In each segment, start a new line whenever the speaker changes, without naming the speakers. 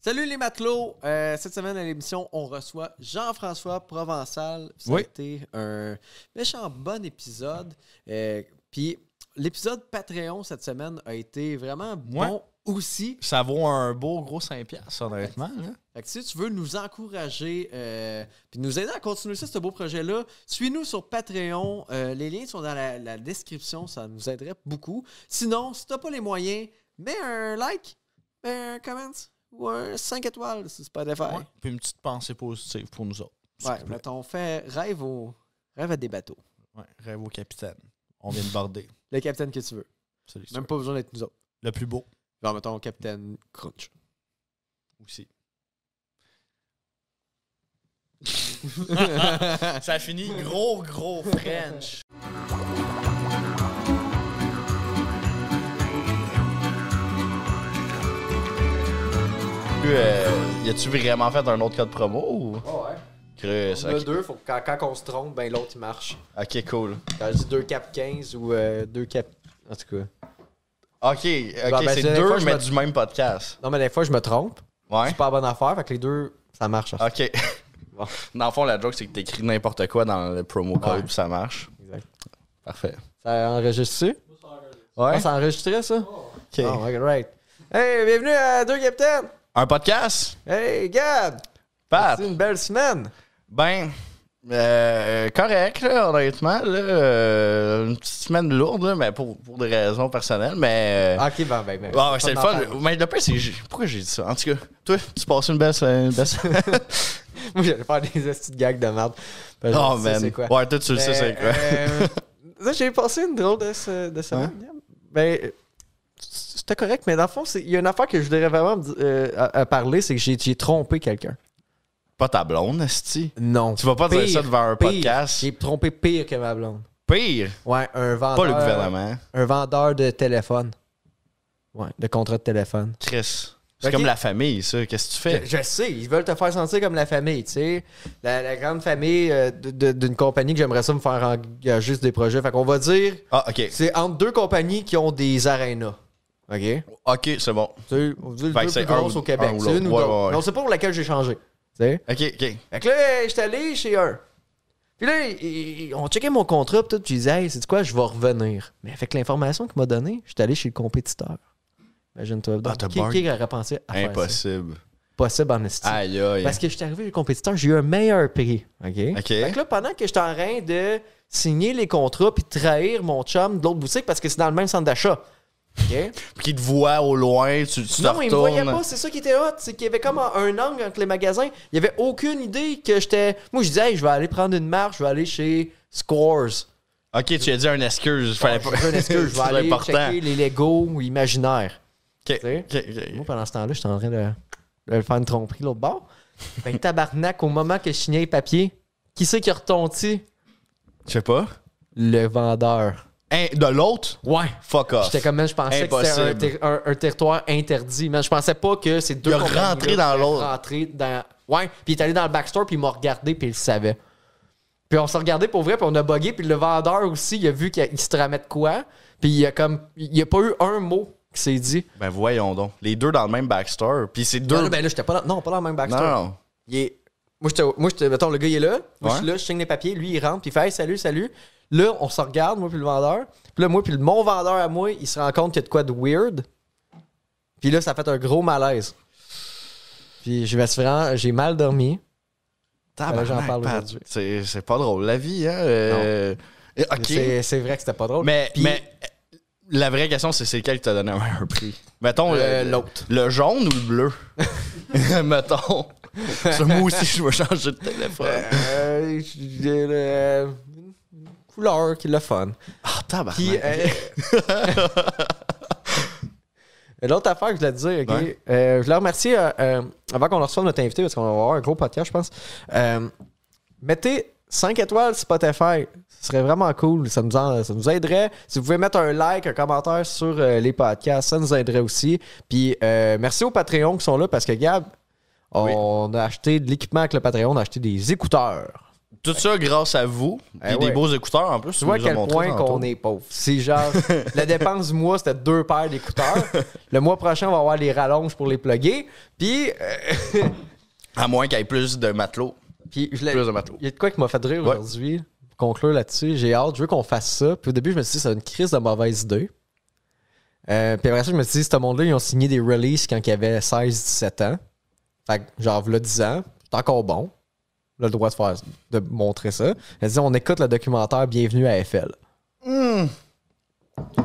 Salut les matelots! Euh, cette semaine à l'émission, on reçoit Jean-François Provençal. Ça
Oui.
a été un méchant bon épisode. Euh, Puis l'épisode Patreon cette semaine a été vraiment bon aussi.
Ça vaut un beau gros 5 piastres, honnêtement. là.
Fait que si tu veux nous encourager euh, puis nous aider à continuer ça, ce beau projet-là, suis-nous sur Patreon. Euh, les liens sont dans la, la description, ça nous aiderait beaucoup. Sinon, si t'as pas les moyens, mets un like, mets un comment ou un 5 étoiles si c'est pas des
Ouais. Puis une petite pensée positive pour nous autres. s'il
Ouais,
vous plaît.
mettons, fait rêve au rêve à des bateaux.
Ouais, Rêve au capitaine. On vient de border.
Le capitaine que tu veux.
Celui-ci.
Même pas besoin d'être nous autres.
Le plus beau
Genre, mettons, capitaine Crunch.
aussi.
Ah.
Salut
Ça finit gros, gros French.
Euh, y a-tu vraiment fait un autre code promo ou
ouais.
Chris?
Le
ok.
deux, faut que quand, quand on se trompe, ben l'autre il marche.
ok, cool.
Quand je dis 2 cap 15 ou 2 cap. En tout cas.
Ok, ok,
Bon, ben, c'est
c'est
la
deux,
fois que je
mais
me-
du même podcast.
Non, mais des fois, je me trompe.
Ouais. Ah.
C'est pas la bonne affaire, fait que les deux, ça marche.
Ok.
Bon.
Dans le fond, la joke, c'est que t'écris n'importe quoi dans le promo code,
Ouais.
puis ça marche.
Exact.
Parfait.
Ça enregistre
Ouais.
Ouais. Ça enregistrait ça?
Ok.
Oh, okay, right. Hey, bienvenue à Deux Capitaines!
Un podcast?
Hey, Gab!
Pat?
C'est une belle semaine!
Ben, euh, correct, là, honnêtement. Là, euh, une petite semaine lourde, là, mais pour, pour des raisons personnelles, mais. euh,
Ok, ben, ben, ben.
Ouais, ouais, c'est le
On en
fun.
parle.
Mais le pire, c'est. Pourquoi j'ai dit ça? En tout cas, toi, tu passes une belle. Une belle...
Moi, j'allais faire des astuces de gags de merde. Parce que
oh,
je sais
man.
c'est quoi.
Ouais, toi, tu le sais,
Mais,
c'est quoi.
euh, là, j'ai passé une drôle de, ce- de semaine. Gab. Ben, euh, c'était correct, mais dans le fond, c'est- il y a une affaire que je voudrais vraiment me di- euh, à, à parler, c'est que j'ai j'ai trompé quelqu'un.
Pas ta blonde, esti.
Non.
Tu vas pas dire
Pire,
ça devant un
pire.
podcast.
J'ai trompé pire que ma blonde.
Pire.
Ah, Ouais, un vendeur.
Pas le gouvernement.
Un vendeur de téléphone. Ouais, de contrat de téléphone.
Chris. C'est
Ok.
comme la famille, ça. Qu'est-ce que tu fais?
Je, je sais, ils veulent te faire sentir comme la famille, tu sais. La, la grande famille euh, de- de- d'une compagnie que j'aimerais ça me faire engager sur des projets. Fait qu'on va dire,
Ah, ok.
c'est entre deux compagnies qui ont des arénas. OK? Tu
Ok, c'est bon.
sais, on dit les deux
Fait que Ben, c'est
plus grosses
un-
au Québec.
un ou
C'est une ou
l'autre. Ouais,
l'autre.
ouais, ouais.
Mais on sait pas pour laquelle j'ai changé. tu sais.
Ok, ok.
Fait que là, j'étais allé chez un. Puis là, il- il- on checkait mon contrat, puis tout, puis je disais, hey, c'est quoi, je vais revenir. Mais avec l'information qu'il m'a donnée, j'étais allé chez le compétiteur. Imagine-toi. donc,
Ah, t'as
qui,
barg-
qui aurait pensé à faire ça?
Impossible.
Possible en estime.
Aïe, aïe.
Parce que je suis arrivé chez le compétiteur, j'ai eu un meilleur prix. OK?
Ok.
Fait que là, pendant que j'étais en train de signer les contrats puis de trahir mon chum de l'autre boutique parce que c'est dans le même centre d'achat. OK?
Puis qu'il te voit au loin, tu, tu te
non, il me voyait
retournes.
pas, c'est ça qui était hot. C'est qu'il y avait comme un un angle entre les magasins. Il y avait aucune idée que j'étais. Moi, je disais, Hey, je vais aller prendre une marche, je vais aller chez Scores.
Ok, tu as dit une excuse. Fallait pas.
Je veux une excuse, je vais
C'est
aller
important.
checker les Lego ou imaginaires.
Ok,
sais.
ok, ok.
Moi, pendant ce temps-là, j'étais en train de, de le faire une tromperie l'autre bord. Ben, tabarnak, au moment que je signais les papiers, qui c'est qui a retonti?
Je sais pas.
Le vendeur.
Hein, de l'autre?
Ouais.
Fuck off.
J'étais comme, man, je pensais
Impossible.
que c'était un ter- un, un territoire interdit. Man, je pensais pas que ces deux
Il a
compagnies-là
rentré dans
étaient
l'autre.
rentrés dans... Ouais. Puis il est allé dans le backstore, puis il m'a regardé, puis il le savait. Puis on s'est regardé pour vrai, puis on a bugué. Puis le vendeur aussi, il a vu qu'il se tramait de quoi. Puis il a comme... Il a pas eu un mot qui s'est dit.
Ben voyons donc. Les deux dans le même backstore. Puis c'est deux.
Non, ben là, j'étais pas dans... Non, pas dans le même
non,
backstore.
non.
Il est- Moi, j'étais- moi, j'étais- mettons, le gars, il est là. Moi, je suis
Ouais.
là, je signe les papiers. Lui, il rentre, puis il fait Hey, salut, salut. Là, on se regarde, moi, puis le vendeur. Puis là, moi, puis le- mon vendeur à moi, il se rend compte qu'il y a de quoi de weird. Puis là, ça a fait un gros malaise. Puis je me suis vraiment- j'ai mal dormi.
Tabarnak,
j'en parle
Pat.
aujourd'hui.
C'est c'est pas drôle, la vie, hein? euh, euh, OK.
C'est- C'est vrai que c'était pas drôle.
Mais,
Puis-
mais euh, la vraie question, c'est c'est lequel qui t'a donné un meilleur prix? Mettons,
Euh,
le-
l'autre.
Le jaune ou le bleu? Mettons. Parce que moi aussi, je veux changer de téléphone.
Euh, j'ai le- une couleur qui est le fun.
Ah,
Puis,
tabarnak.
euh, L'autre affaire que je voulais te dire, ok?
Ouais.
Euh, je voulais remercier, euh, euh, avant qu'on reçoive notre invité, parce qu'on va avoir un gros podcast, je pense. Euh, mettez 5 étoiles Spotify. Ce serait vraiment cool. Ça nous, en- ça nous aiderait. Si vous pouvez mettre un like, un commentaire sur euh, les podcasts, ça nous aiderait aussi. Puis, euh, merci aux Patreons qui sont là, parce que Gab, on a acheté de l'équipement avec le Patreon, on a acheté des écouteurs.
Tout ça grâce à vous.
Eh
Et
ouais.
des beaux écouteurs en plus.
Tu vois à
nous as
quel
montré
point
tantôt.
qu'on est pauvre. C'est genre, la dépense du mois, c'était deux paires d'écouteurs. Le mois prochain, on va avoir les rallonges pour les plugger. Puis, euh,
À moins qu'il y ait plus de matelots.
puis je l'ai-
Plus de matelots.
il y a de quoi qui m'a fait rire
Ouais.
aujourd'hui. Pour conclure là-dessus, j'ai hâte, je veux qu'on fasse ça. Puis au début, je me suis dit, c'est une crise de mauvaise idée. Euh, puis après ça, je me suis dit, ce monde-là, ils ont signé des releases quand ils avaient 16-17 ans. Fait que, genre, voilà 10 ans, c'est encore bon. On a le droit de, faire, de montrer ça. Elle dit, on écoute le documentaire Bienvenue à FL.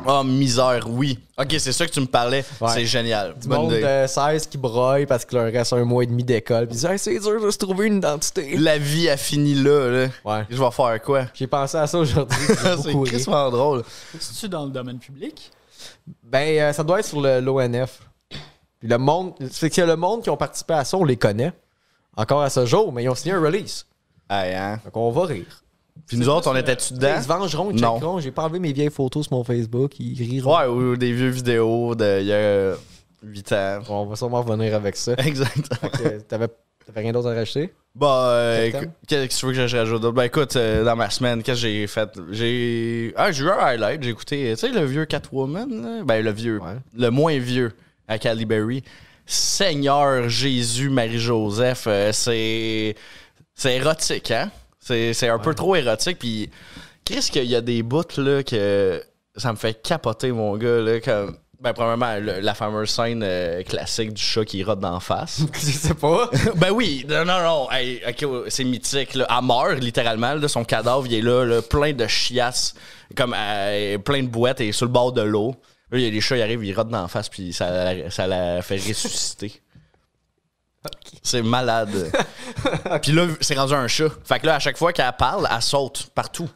Oh, misère, oui. Ok, c'est ça que tu me parlais.
Ouais.
C'est génial.
du
Bonne
monde euh,
idée.
de 16 qui broille parce qu'il leur reste un mois et demi d'école. Puis ils disent, Hey, c'est dur de se trouver une identité.
La vie a fini là. là.
Ouais.
Je vais faire quoi?
J'ai pensé à ça aujourd'hui. j'ai
c'est
beaucoup ri.
crissement drôle.
C'est-tu dans le domaine public?
Ben, euh, ça doit être sur le- l'ONF. Puis le monde, c'est que le monde qui ont participé à ça, on les connaît. Encore à ce jour, mais ils ont signé un release.
Aïe, hein?
Donc on va rire.
Puis nous autres, on était-tu dedans?
Ils se vengeront, ils
Non.
checkeront. J'ai pas enlevé mes vieilles photos sur mon Facebook. Ils riront.
Ouais, ou des vieux vidéos d'il y a 8 ans.
On va sûrement revenir avec ça.
Exact.
Fait que, euh, T'avais t'avais rien d'autre à racheter?
Bah, euh,
Septembre.
écou- qu'est-ce que tu veux que je rajoute d'autre? Ben, écoute, euh, dans ma semaine, qu'est-ce que j'ai fait? J'ai. Ah, j'ai eu un highlight. J'ai écouté, euh, tu sais, le vieux Catwoman. là? Ben, le vieux.
Ouais.
Le moins vieux à Cali Berry. Seigneur Jésus Marie-Joseph. euh, c'est. C'est érotique, hein? C'est c'est un peu trop érotique. Puis, qu'est-ce qu'il y a des bouts, là, que ça me fait capoter, mon gars, là, comme. Ben, premièrement, le- la fameuse scène euh, classique du chat qui rote d'en face.
Je sais pas.
Ben oui, non, non, non. Hey, ok, c'est mythique. Là. Elle meurt, littéralement. Là, son cadavre, il est là, là, plein de chiasses, comme euh, plein de boîtes, et sur le bord de l'eau. Là, il y a les chats, ils arrivent, ils rotent dans la face, puis ça, la- ça la fait ressusciter. C'est malade. Puis là, c'est rendu un chat. Fait que là, à chaque fois qu'elle parle, elle saute partout.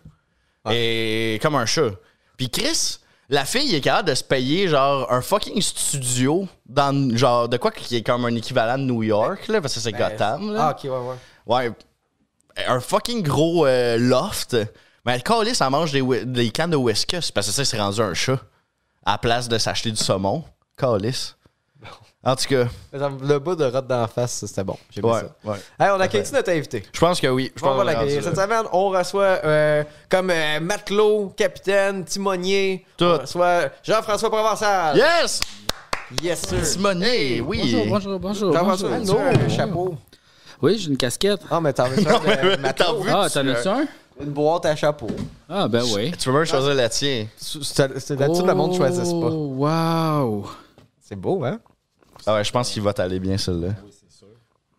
Et comme un chat. Puis Chris, la fille est capable de se payer genre un fucking studio dans genre de quoi qui est comme un équivalent de New York là parce que c'est Gotham là.
Ah, ok, ouais, ouais.
Ouais. Un fucking gros euh, loft. Mais elle calisse, elle mange des, whi- des cannes de whiskas parce que ça c'est rendu un chat à la place de s'acheter du saumon. Calisse. En tout cas,
Mais ça- Le bout de rotte d'en face, ça, c'était bon. J'ai aimé
ouais,
ça.
ouais.
Hey, on accueille-tu notre invité?
Je pense que oui. Je
On
pense
va
qu'on est rendu
l'accueillir.
là.
Cette semaine, on reçoit euh, comme euh, matelot, capitaine, timonier.
Tout.
On reçoit Jean-François Provençal.
Yes!
Yes, sir.
Timonier, oui.
Bonjour, bonjour, bonjour.
Jean-François,
bonjour.
as-tu un chapeau?
Oui, j'ai une casquette.
Ah, mais t'en veux un de
T'as
matelot?
vu?
Ah,
tu-
t'en as-tu un?
Une boîte à chapeau.
Ah, ben oui.
Tu peux même choisir la tienne.
C'est c'est là-dessus que le monde ne choisisse pas.
Oh, Wow!
C'est beau, hein?
Ah ouais, je pense qu'il va t'aller bien celle-là. Oui, c'est sûr.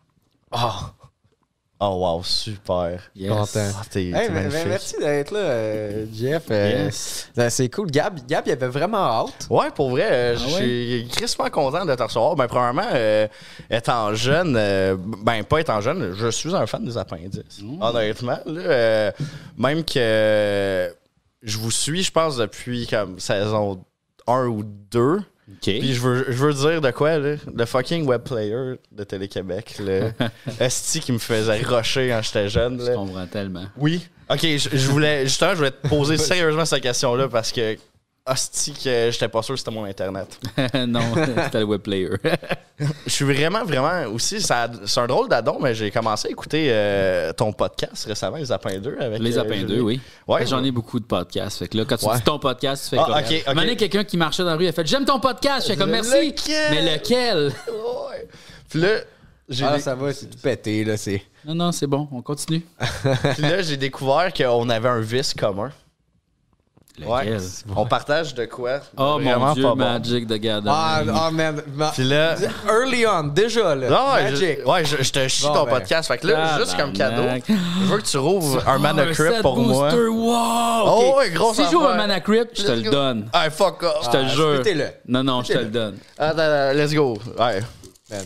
Oh! Oh wow, super.
Yes.
Content.
Ah, t'es
Hey,
t'es
mais- mais
magnifique.
merci d'être là, euh, Jeff. Euh,
Yes.
ça, C'est cool. Gab, Gab, il avait vraiment hâte.
Ouais, pour vrai, euh,
Ah
je suis crissement content de te recevoir. Ben, premièrement, euh, étant jeune, euh, ben, pas étant jeune, je suis un fan des appendices.
Mmh.
Honnêtement, là, euh, même que euh, je vous suis, je pense, depuis comme saison 1 ou 2.
OK.
Puis je veux, je veux dire de quoi, là? Le fucking web player de Télé-Québec, le Esti qui me faisait rusher quand j'étais jeune,
je
là.
comprends tellement.
Oui. Ok, je, je voulais, justement, je voulais te poser sérieusement cette question-là parce que Esti que j'étais pas sûr que c'était mon Internet.
non, c'était le web player.
Je suis vraiment, vraiment aussi, ça- c'est un drôle d'adon, mais j'ai commencé à écouter euh, ton podcast récemment, Les Apins 2. Avec,
Les
euh,
Apins
Julie.
2, oui.
Ouais,
Fait que J'en
ouais.
ai beaucoup de podcasts. Fait que là, quand tu
Ouais.
dis ton podcast, tu fais
Ah,
comme...
ok, ok.
Un moment donné, quelqu'un qui marchait dans la rue, il a fait « J'aime ton podcast! » Je fais comme « Merci!
Lequel?
Mais lequel?
Ouais. Puis là, j'ai
Ah,
des-
ça va, c'est tout pété, là. C'est.
Non, non, c'est bon. On continue.
puis là, j'ai découvert qu'on avait un vice commun.
Lequel?
On partage de quoi?
Oh
Vraiment
mon Dieu,
pas bon.
Magic de Garden.
Ah, ah, man. ma-
Puis là,
Early on, déjà, là.
Non, ouais,
Magic.
je, ouais, je, je te chie
Bon,
ton
ben.
podcast. Fait que là,
Ah,
juste
ben,
comme cadeau,
mec.
je veux que tu rouvres un
Ah,
mana
un
crypt
set
pour moi.
booster, wow!
Oh,
OK.
ouais, grosse
Si je joue
affaire.
un mana crypt, je te
Let's
le
go. Ah,
donne.
Hey, fuck off.
Je te le jure.
spitez-le.
Non, non, je te
Spitez-le.
le donne.
Attends, attends, let's go. Ouais.
Man.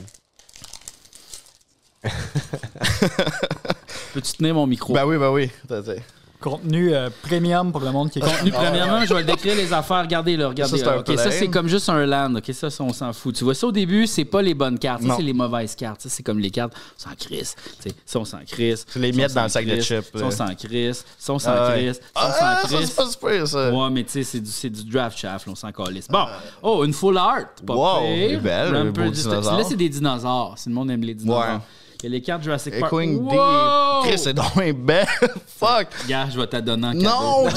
Peux-tu tenir mon micro?
Ben oui, ben oui. Attends, attends.
Contenu euh, premium pour le monde qui
Ah,
est
Contenu, premièrement, je vais le décrire les affaires. Regardez là,
Ça,
regardez
c'est
là.
un
OK, ça,
plane.
c'est comme juste un land. OK, ça, ça, on s'en fout. Tu vois, ça, au début, c'est pas les bonnes cartes. Ça,
Non.
c'est les mauvaises cartes. Ça, c'est comme les cartes. On s'en crisse. Tu sais, ça, on s'en crisse.
Tu les
Ça, on
mets dans
s'en
le sac de
crisse.
chips,
Ça, on
là.
s'en crisse. Ça, on s'en
Ah, ouais.
crisse. Ça,
Ah,
on s'en
ça,
crisse.
c'est pas super, ça.
Ouais, mais tu sais, c'est du, c'est du draft shaft, on s'en calisse. Bon, oh, une full art. Pas
Euh, Wow,
pire.
elle est belle,
Un
le
peu
beau
dis-
dinosaure.
Là, c'est des dinosaures. Si le monde aime les dinosaures.
Ouais.
Il y a les cartes Jurassic Park.
Echoing Deep.
Wow!
Chris, c'est donc un bel. Fuck.
Gars, je vais te la donner en cadeau.
Non,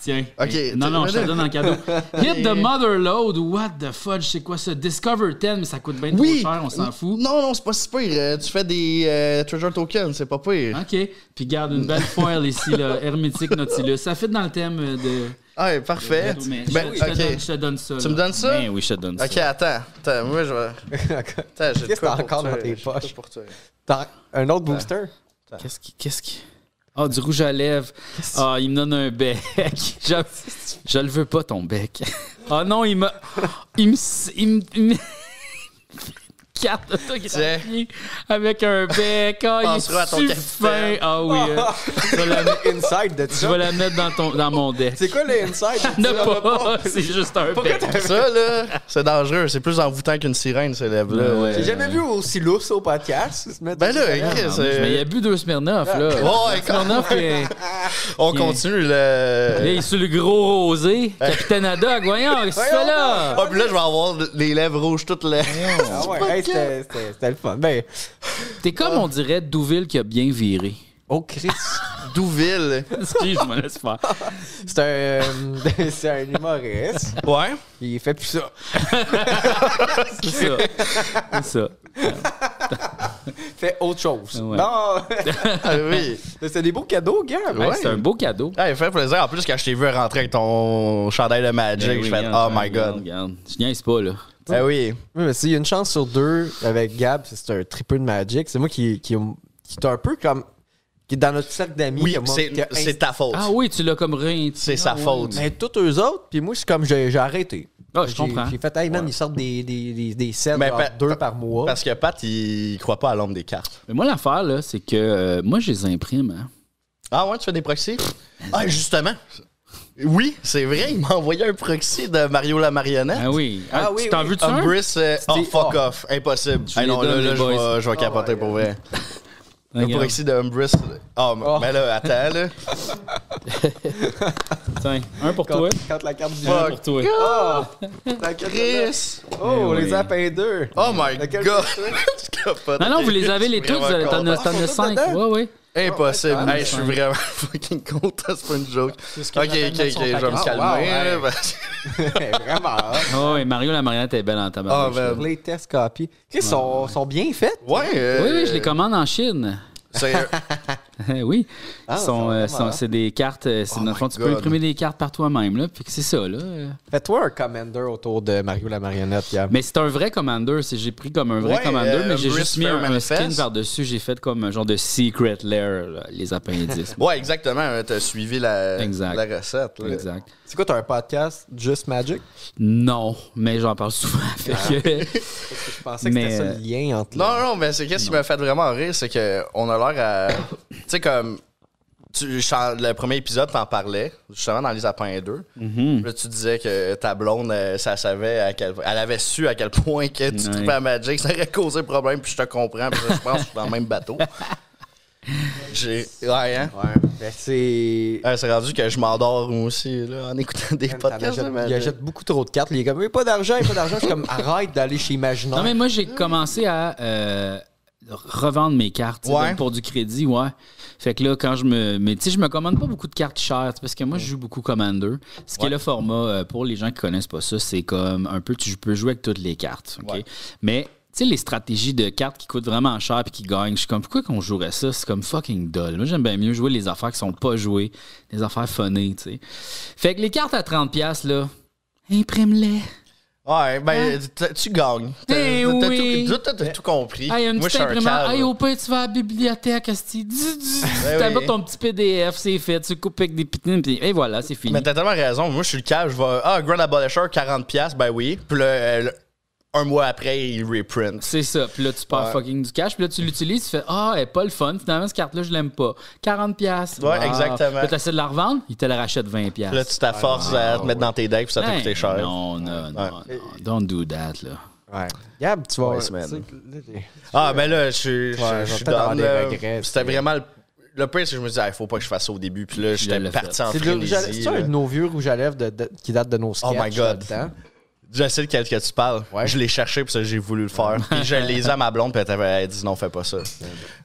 Tiens.
Ok,
Non,
t'es-
non, je te la donne en cadeau. Hit the Mother Load, what the fudge, c'est quoi ça? Discover 10, mais ça coûte bien
Oui.
trop cher, on s'en fout.
Non, non, c'est pas si pire. Euh, Tu fais des euh, treasure tokens, c'est pas pire.
OK. Puis garde une belle foil ici, là, hermétique Nautilus. Ça fit dans le thème euh, de.
Ah, ouais, parfait.
Mais je,
Ben,
je te donne,
ok.
je te donne ça.
Tu
là.
me donnes ça?
Ben oui, je te donne
Ok,
ça.
attends. Attends, moi, je vais. Attends, j'ai de
Qu'est-ce
quoi
que t'as
pour
encore
toi,
dans tes
j'ai de quoi
poches?
pour toi.
T'as un autre booster?
Qu'est-ce qui. Qu'est-ce qui. Ah, du rouge à lèvres. Ah, il me donne un bec. Je, je le veux pas, ton bec. Ah non, il me. Il me. Il me. il me- carte autographiée avec un bec. Ah, il
Pensera à ton
est fin.
capitaine.
Ah oui. euh, je vais la-
Inside de
je vais la mettre dans, ton, dans mon deck.
C'est quoi le inside? Tu
Ne
l'as
pas, c'est juste un bec.
Ça, là, c'est dangereux. C'est plus envoûtant qu'une sirène, ce lève-là.
Ouais, ouais.
J'ai jamais vu aussi lourd ça au podcast. se mettre-
Ben là, Chris. euh,
Ah, Mais il a bu deux Smirnoff, là.
Ouais, ouais, quand-
Smirnoff, il-
on
il-
continue le.
là, il est sur le gros rosé. Capitaine Haddock, voyons, qu'est-ce que tu fais là?
Ah, puis là, je vais avoir les lèvres rouges toutes les.
Ah ouais, hey, c'était- c'était c'était le fun. Ben,
T'es
Ah.
comme, on dirait, Douville qui a bien viré.
oh Chris,
Douville.
Excuse, je me laisse faire.
c'est un, euh, c'est un humoriste.
Ouais.
Il fait plus ça.
C'est ça. C'est ça.
Il fait autre chose.
Ouais.
Non,
Ah oui.
c'est des beaux cadeaux, gars.
Hey,
Ouais.
c'est un beau cadeau.
Ah, il fait plaisir. En plus, quand je t'ai vu rentrer avec ton chandail de Magic,
Ben oui,
je fais
regarde,
Oh
regarde,
my god.
Regarde, je niaise pas, là.
Ah oui.
Oui, mais s'il y a une chance sur deux avec Gab, c'est un triple de Magic. C'est moi qui, qui, qui est un peu comme. qui est dans notre cercle d'amis.
Oui,
que moi-
c'est Ah
que-
c'est ta faute.
Ah oui, tu l'as comme rien.
Oh. C'est sa faute.
Mais tous eux autres, puis moi, c'est comme j'ai j'ai arrêté.
Ah, je
J'ai-
comprends.
J'ai fait, hey man, ils sortent des, des, des, des sets,
Mais
genre,
pa-
deux
pa-
par mois.
Parce que Pat, il croit pas à l'ombre des cartes.
Mais moi, l'affaire, là, c'est que euh, moi, je les imprime. hein.
Ah ouais, tu fais des proxys? Ah, justement. Oui, c'est vrai, il m'a envoyé un proxy de Mario la marionnette.
Ah oui. Ah,
oui,
tu t'en
oui.
veux-tu un?
Umbris, euh, oh fuck
oh.
off, impossible.
les
Ah non, là,
donnes,
là,
les
je
boys.
vais- je vais capoter pour vrai. Le
Regarde.
proxy de Umbris. Oh,
Oh.
mais là, attends, là.
Tiens, un pour
quand,
toi.
quand la carte du
Un
Fuck.
pour toi.
Oh, la carte de-
Chris!
oh
Eh
les
oui.
appels deux.
Oh my
Lequel
god!
c'est
Je capote.
Non, non, vous les avez les
Je
tous.
suis
Vous Ah, avez-
vraiment
T'en as
content.
t'en as cinq.
dedans?
Ouais, ouais.
Impossible. Hey, je suis vraiment fucking content, c'est pas une joke. Ok, ok, ok, je vais me
paquet.
calmer.
Ah, wow,
là,
hey.
parce-
Vraiment. hein?
Oh, ouais, Mario la marionnette est belle en
Ah,
tabac.
ben,
Les tests copies. Chris, sont, sont bien faits.
Ouais. euh,
Oui, oui, je les commande en Chine.
c'est-
Eh oui.
Ah,
Ils sont,
c'est
euh,
vraiment,
sont-
hein?
c'est des cartes. euh, c'est-
Oh
dans le
my
fond, tu peux
God.
imprimer des cartes par toi-même. là, Puis que c'est ça. Là. euh.
Fais-toi un commander autour de Mario la marionnette, Gab.
Mais c'est un vrai commander. c'est- J'ai pris comme un vrai
Ouais,
commander,
euh,
mais j'ai
Risk
juste mis
Fair
un, un
Manifest.
skin par-dessus. J'ai fait comme un genre de secret lair, là, les appendices.
Ouais, exactement. hein, T'as suivi la,
Exact.
la recette. là.
exact.
C'est quoi, t'as un podcast Just Magic?
Non, mais j'en parle souvent.
Ah.
fait que-
Je pensais que
Mais,
c'était ça
euh,
le lien entre les-
Non, non, mais c'est qu'est-ce qui m'a fait vraiment rire, c'est qu'on a l'air à. tu sais, comme. Tu, chan- le premier épisode, t'en parlais, justement, dans Les Apins 2. Là, tu disais que ta blonde, euh, ça savait à quel Elle avait su à quel point que tu
Ouais.
tripais à Magic, ça aurait causé problème, puis je te comprends, puis je pense que je suis dans le même bateau. J'ai. Ouais, hein?
Ouais, ben c'est.
Ah, c'est rendu que je m'endors, moi aussi, là, en écoutant des
T'en achètes-
podcasts. de
il
Magic.
achète beaucoup trop de cartes. Il est comme, Eh, pas d'argent, eh, pas d'argent. Je suis comme, arrête d'aller chez Imaginaire.
non, mais moi, j'ai commencé à euh, revendre mes cartes tu sais,
Ouais.
donc pour du crédit. Ouais. Fait que là, quand je me. Mais tu sais, je me commande pas beaucoup de cartes chères parce que moi, je joue beaucoup Commander. Ce qui est le format, euh, pour les gens qui connaissent pas ça, c'est comme un peu, tu peux jouer avec toutes les cartes. ok?
Ouais.
Mais. Tu sais, les stratégies de cartes qui coûtent vraiment cher puis qui gagnent, je suis comme, pourquoi qu'on jouerait ça? C'est comme fucking dull. Moi, j'aime bien mieux jouer les affaires qui sont pas jouées, les affaires funnées, tu sais. Fait que les cartes à 30$, là, imprime-les.
Ouais,
Hein?
ben, t'as- tu gagnes. T'as
Eh
t'as
oui.
tout, t'as- t'as tout compris.
Hey, une
Moi, je suis
petite
un
imprimante.
calme.
Hey, au pire, tu vas à la bibliothèque, asti. Tu
Ben
t'abats
oui.
ton petit PDF, c'est fait. Tu coupes avec des pitines, puis et voilà, c'est fini.
Mais t'as tellement raison. Moi, je suis le cas. Je vais. Ah, Grand Abolisher, 40$, ben oui. Puis là, euh, le- un mois après, il reprint.
C'est ça. Puis là, tu perds fucking du cash. Puis là, tu l'utilises, tu fais Ah, elle est pas le fun. Finalement, cette carte-là, je l'aime pas. 40$. piastres.
Ouais,
Ah.
exactement.
Puis là, t'essaies de la revendre, il te la rachète 20$.
Puis Là, tu t'afforces à te mettre dans tes decks, puis ça t'a
Hey,
coûté cher.
Ben Non, non, non, non. Don't do that, là.
Ouais. Gab, tu vas.
Ouais, semaine.
tu sais, là, t'es-
Ah, ben là, je suis. je-
Ouais, je
je suis
vais peut-être avoir
down,
des
là.
regrets,
C'était
tu sais.
vraiment le. Le pire, c'est que je me disais, il faut pas que je fasse ça au début. Puis là, j'étais
l'ai
parti
fait.
en
C'est de-
frénésie.
c'est un
là. Oh
de nos vieux rouges à lèvres de- de- qui date de nos sketchs.
my God.
là-dedans.
Je sais lequel que tu parles. Je l'ai cherché, puis ça, j'ai voulu le faire. Puis je l'ai dit à ma blonde, puis elle avait- elle a dit non, fais pas ça.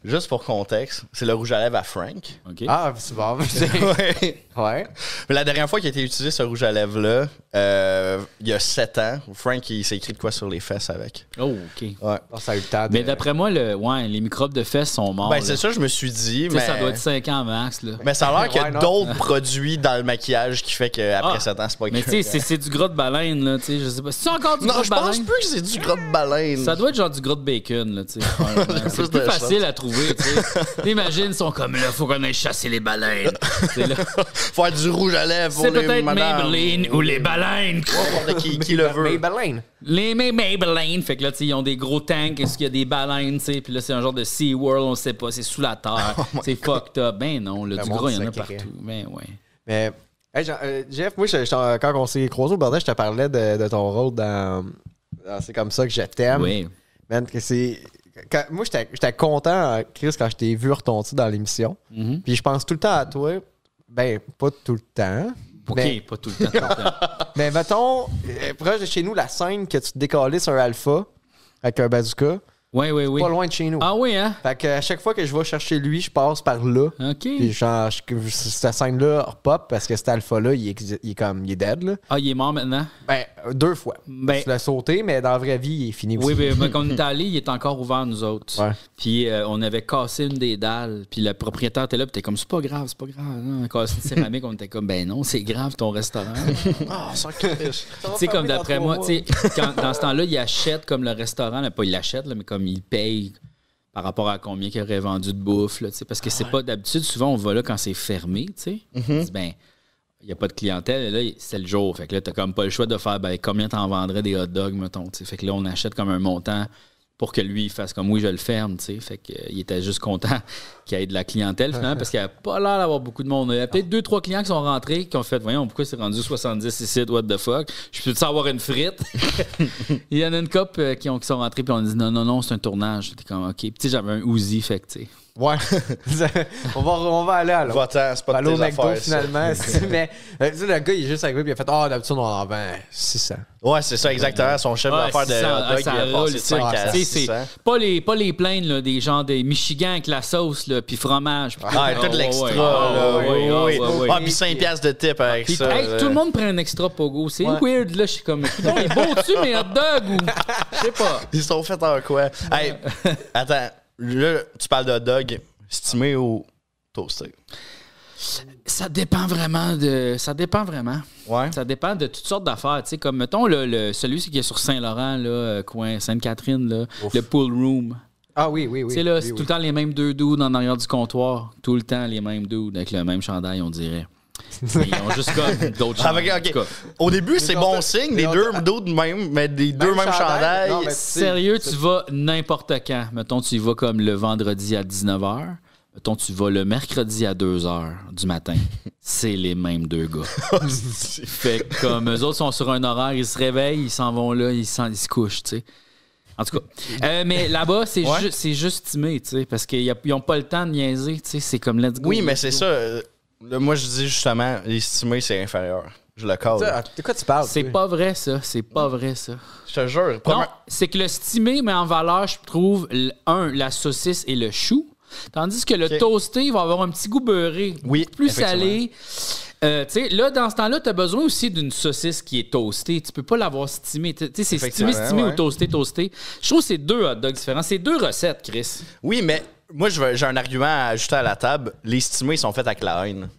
Juste pour contexte, c'est le rouge à lèvres à Frank.
OK.
Ah, c'est bon.
Ouais.
ouais.
Mais La dernière fois qu'il a été utilisé, ce rouge à lèvres-là, euh, il y a 7 ans, Frank, il s'est écrit de quoi sur les fesses avec.
Oh, OK.
Ouais.
Oh, ça a eu le temps de...
Mais d'après moi, le, ouais, les microbes de fesses sont morts.
Ben,
Oh, là.
c'est ça, je me suis dit,
Tu sais,
mais. Ben,
Ça doit être 5 ans max. Là.
Mais ça a l'air qu'il y
Why
a
not?
d'autres produits dans le maquillage qui fait qu'après
Ah.
7 ans, c'est pas
Mais tu sais,
écrit.
c'est- c'est du gras de baleine. Là, tu sais, je sais pas. C'est encore du
Non,
gras
je
de
pense
baleine?
plus que c'est du gros de baleine.
Ça doit être genre du gras de bacon, là, tu sais. probablement.
plus
C'est plus
de chance.
facile à trouver, tu sais. T'imagines, ils sont comme là, faut qu'on aille chasser les baleines. C'est là.
Faire du rouge à lèvres pour
C'est
les
peut-être
madames.
Maybelline ou les baleines.
N'importe qui, qui le veut.
Maybelline.
Les May- Maybelline, fait que là, tu sais, ils ont des gros tanks, est-ce qu'il y a des baleines, tu sais, puis là, c'est un genre de Sea World, on sait pas, c'est sous la
Oh
terre, c'est fucked up. Ben non, là,
Le
du
monde
gras, il y en a
secret.
partout. Ben ouais.
Mais, hey, Jean- euh, Jeff, moi, je- je t'en- quand on s'est croisés au bordel, je te parlais de, de ton rôle dans, dans C'est comme ça que je t'aime.
Oui.
Man, que c'est. quand- moi, j'étais j'étais content, Chris, quand je t'ai vu retontir dans l'émission.
Mm-hmm.
Mhm.
Puis je pense tout le temps à toi. Ben, pas tout le temps.
OK,
Mais,
pas tout le temps. tout le temps.
mais Ben, mettons, euh, proche de chez nous, la scène que tu te décalais sur un alpha avec un bazooka,
Ouais, ouais, oui.
pas loin de chez nous.
Ah oui, hein?
Fait que à chaque fois que je vais chercher lui, je passe par là.
OK.
Puis genre, je- cette scène-là pop parce que cet alpha-là, il, exi- il est comme, il est dead, là.
Ah, il est mort maintenant?
Ben, euh, deux fois.
Ben-
Tu l'as sauté, mais dans la vraie vie, il est fini aussi.
Oui, mais mais quand on est allé, il est encore ouvert, nous autres.
Ouais.
Puis euh, on avait cassé une des dalles. Puis le propriétaire était là, puis t'es comme, c'est pas grave, c'est pas grave. hein. On a cassé une céramique, on était comme, ben non, c'est grave ton restaurant.
Ah, sans criche.
Ça va
tu sais,
fermer
comme
dans
d'après
trois
moi,
mois.
tu sais, quand- dans ce temps-là, il achète comme le restaurant, là, pas il l'achète, là, mais comme il paye par rapport à combien qu'il aurait vendu de bouffe, là, tu sais, parce que c'est pas d'habitude, souvent on va là quand c'est fermé, tu sais.
Mm-hmm.
On dit, ben, il n'y a pas de clientèle, et là, il- c'est le jour. Fait que là, t'as comme pas le choix de faire, ben, combien t'en vendrais des hot dogs, mettons, tu sais. Fait que là, on achète comme un montant pour que lui, il fasse comme, oui, je le ferme, tu sais. Fait que, euh, il était juste content qu'il y ait de la clientèle, finalement, parce qu'il n'y a pas l'air d'avoir beaucoup de monde. Il y a peut-être deux, trois clients qui sont rentrés, qui ont fait, voyons, pourquoi c'est rendu 70 ici, what the fuck? Je peux sans avoir une frite? il y en a une couple euh, qui, ont, qui sont rentrés, puis on a dit, non, non, non, c'est un tournage. J'étais comme, OK. Puis, tu sais, j'avais un Uzi, fait que, tu sais.
Ouais. on, va, on va aller à l'autre.
Va-t'en, c'est pas de
Allô,
tes
McDo,
affaires. ça.
finalement. si, mais euh, tu sais, le gars, il est juste arrivé et il a fait Ah, d'habitude, on en vend 600.
Ouais, c'est ça, exactement. Son chef
Ah,
d'affaires de
600, ah,
hot dog,
ça
il a
roule,
passé de
ça.
5 à
Tu sais, c'est
600.
pas les pas les plaines là, des gens des Michigan avec la sauce là, puis fromage. puis
Ah, tout
ouais,
l'extra,
ouais.
là.
Ah,
oui,
ouais,
oui,
ouais,
oui.
ouais, ouais.
Ah, puis 5 piastres de tip avec
Puis,
ça. euh,
hey,
là.
tout le monde prend un extra pogo. C'est weird, là. Je suis comme, Coudon, il est beau-tu, mais hot dog ou. Je sais pas.
Ils sont faits en quoi? Hey, attends, là, tu parles de hot dog stimé ou toasté?
Ça dépend vraiment de. Ça dépend vraiment.
Ouais.
Ça dépend de toutes sortes d'affaires. Tu sais, comme, mettons, le, le- celui qui est sur Saint-Laurent, là, euh, coin Sainte-Catherine, là, le pool room.
Ah oui, oui, oui.
Tu sais, là,
Oui,
c'est
oui.
tout le temps les mêmes deux dudes en arrière du comptoir. Tout le temps les mêmes dudes avec le même chandail, on dirait. Mais ils ont juste comme d'autres
Ah, ok,
chandails. en
ok.
tout cas.
Au début, c'est
Mais
bon
on-
signe,
mais
des
on-
deux, d'autres mêmes, mais des deux mêmes
chandail.
chandails.
Non, mais-
Sérieux, tu vas n'importe quand. Mettons, tu y vas comme le vendredi à 19h. Mettons, tu vas le mercredi à 2h du matin. C'est les mêmes deux gars. fait que comme eux autres sont sur un horaire, ils se réveillent, ils s'en vont là, ils, s'en- ils se couchent, tu sais. En tout cas. Euh, mais là-bas, c'est
Ouais.
ju- c'est juste timé, tu sais, parce qu'ils n'ont pas le temps de niaiser, tu sais. C'est comme let's go.
Oui,
let's
mais c'est
go.
ça. euh, le- moi, je dis justement, les stimés, c'est inférieur. Je le
Tu sais,
cadre.
ah, De quoi tu parles
C'est
toi?
pas vrai, ça. C'est pas vrai, ça.
Je te jure.
Non, c'est que le stimé met en valeur, je trouve, l- un, la saucisse et le chou. Tandis que le
Ok.
toasté va avoir un petit goût beurré.
Oui,
Plus
effectivement.
salé. Euh, tu sais, là, dans ce temps-là, tu as besoin aussi d'une saucisse qui est toastée. Tu peux pas l'avoir stimée. Tu sais, c'est stimé,
Effectivement,
stimé
ouais.
ou toasté, toasté. Je trouve que c'est deux hot dogs différents. C'est deux recettes, Chris.
Oui, mais moi, je veux- j'ai un argument à ajouter à la table. Les stimés sont faits avec la haine.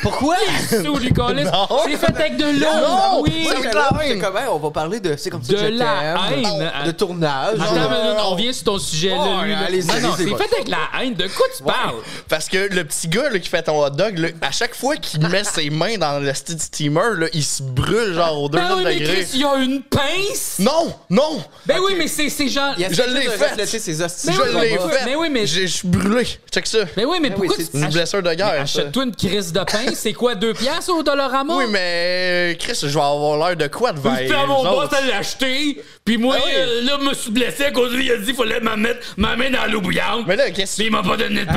Pourquoi? Sous du colis.
Non.
C'est fait avec de l'eau. Ah oui.
Moi, j'allais
la
voir,
haine.
j'étais comme, Hey, on va parler de C'est comme ça
De
que je
la
t'aime.
haine.
De tournage.
Attends,
Genre,
une minute, on revient sur ton sujet.
Oh,
là, lui, là.
allez-y,
Non, non,
allez-y,
c'est
vas-y.
fait avec la haine. De quoi tu parles?
Parce que le petit gars là, qui fait ton hot dog, là, à chaque fois qu'il met ses mains dans le sti- steamer, là, il se brûle genre au 2
Ben oui, mais
degrés.
Chris, il y a une pince.
Non, non,
Ben oui, mais c'est c'est genre.
il
je
essaie
l'ai
de
fait.
refléter ses hosties.
Mais
je
oui,
l'ai
mais-
fait.
mais oui, mais-
J'ai- Je suis brûlé. Check ça.
Mais Ben oui, mais
oui,
pourquoi
c'est-
tu.
Une
ach-
blessure de guerre. Ben ça.
Achète-toi une crise de matin, c'est quoi, 2 piastres au Dollarama?
Oui, mais euh, Chris, je vais avoir l'air de quoi devant
Putain,
les
mon boss,
autres? Ben
elle l'a acheté. Puis moi,
oui.
euh, là, je me suis blessé à cause de lui. Il a dit qu'il fallait m'en mettre ma main dans l'eau bouillante.
Mais là, qu'est-ce que
Mais il m'a pas donné de pince.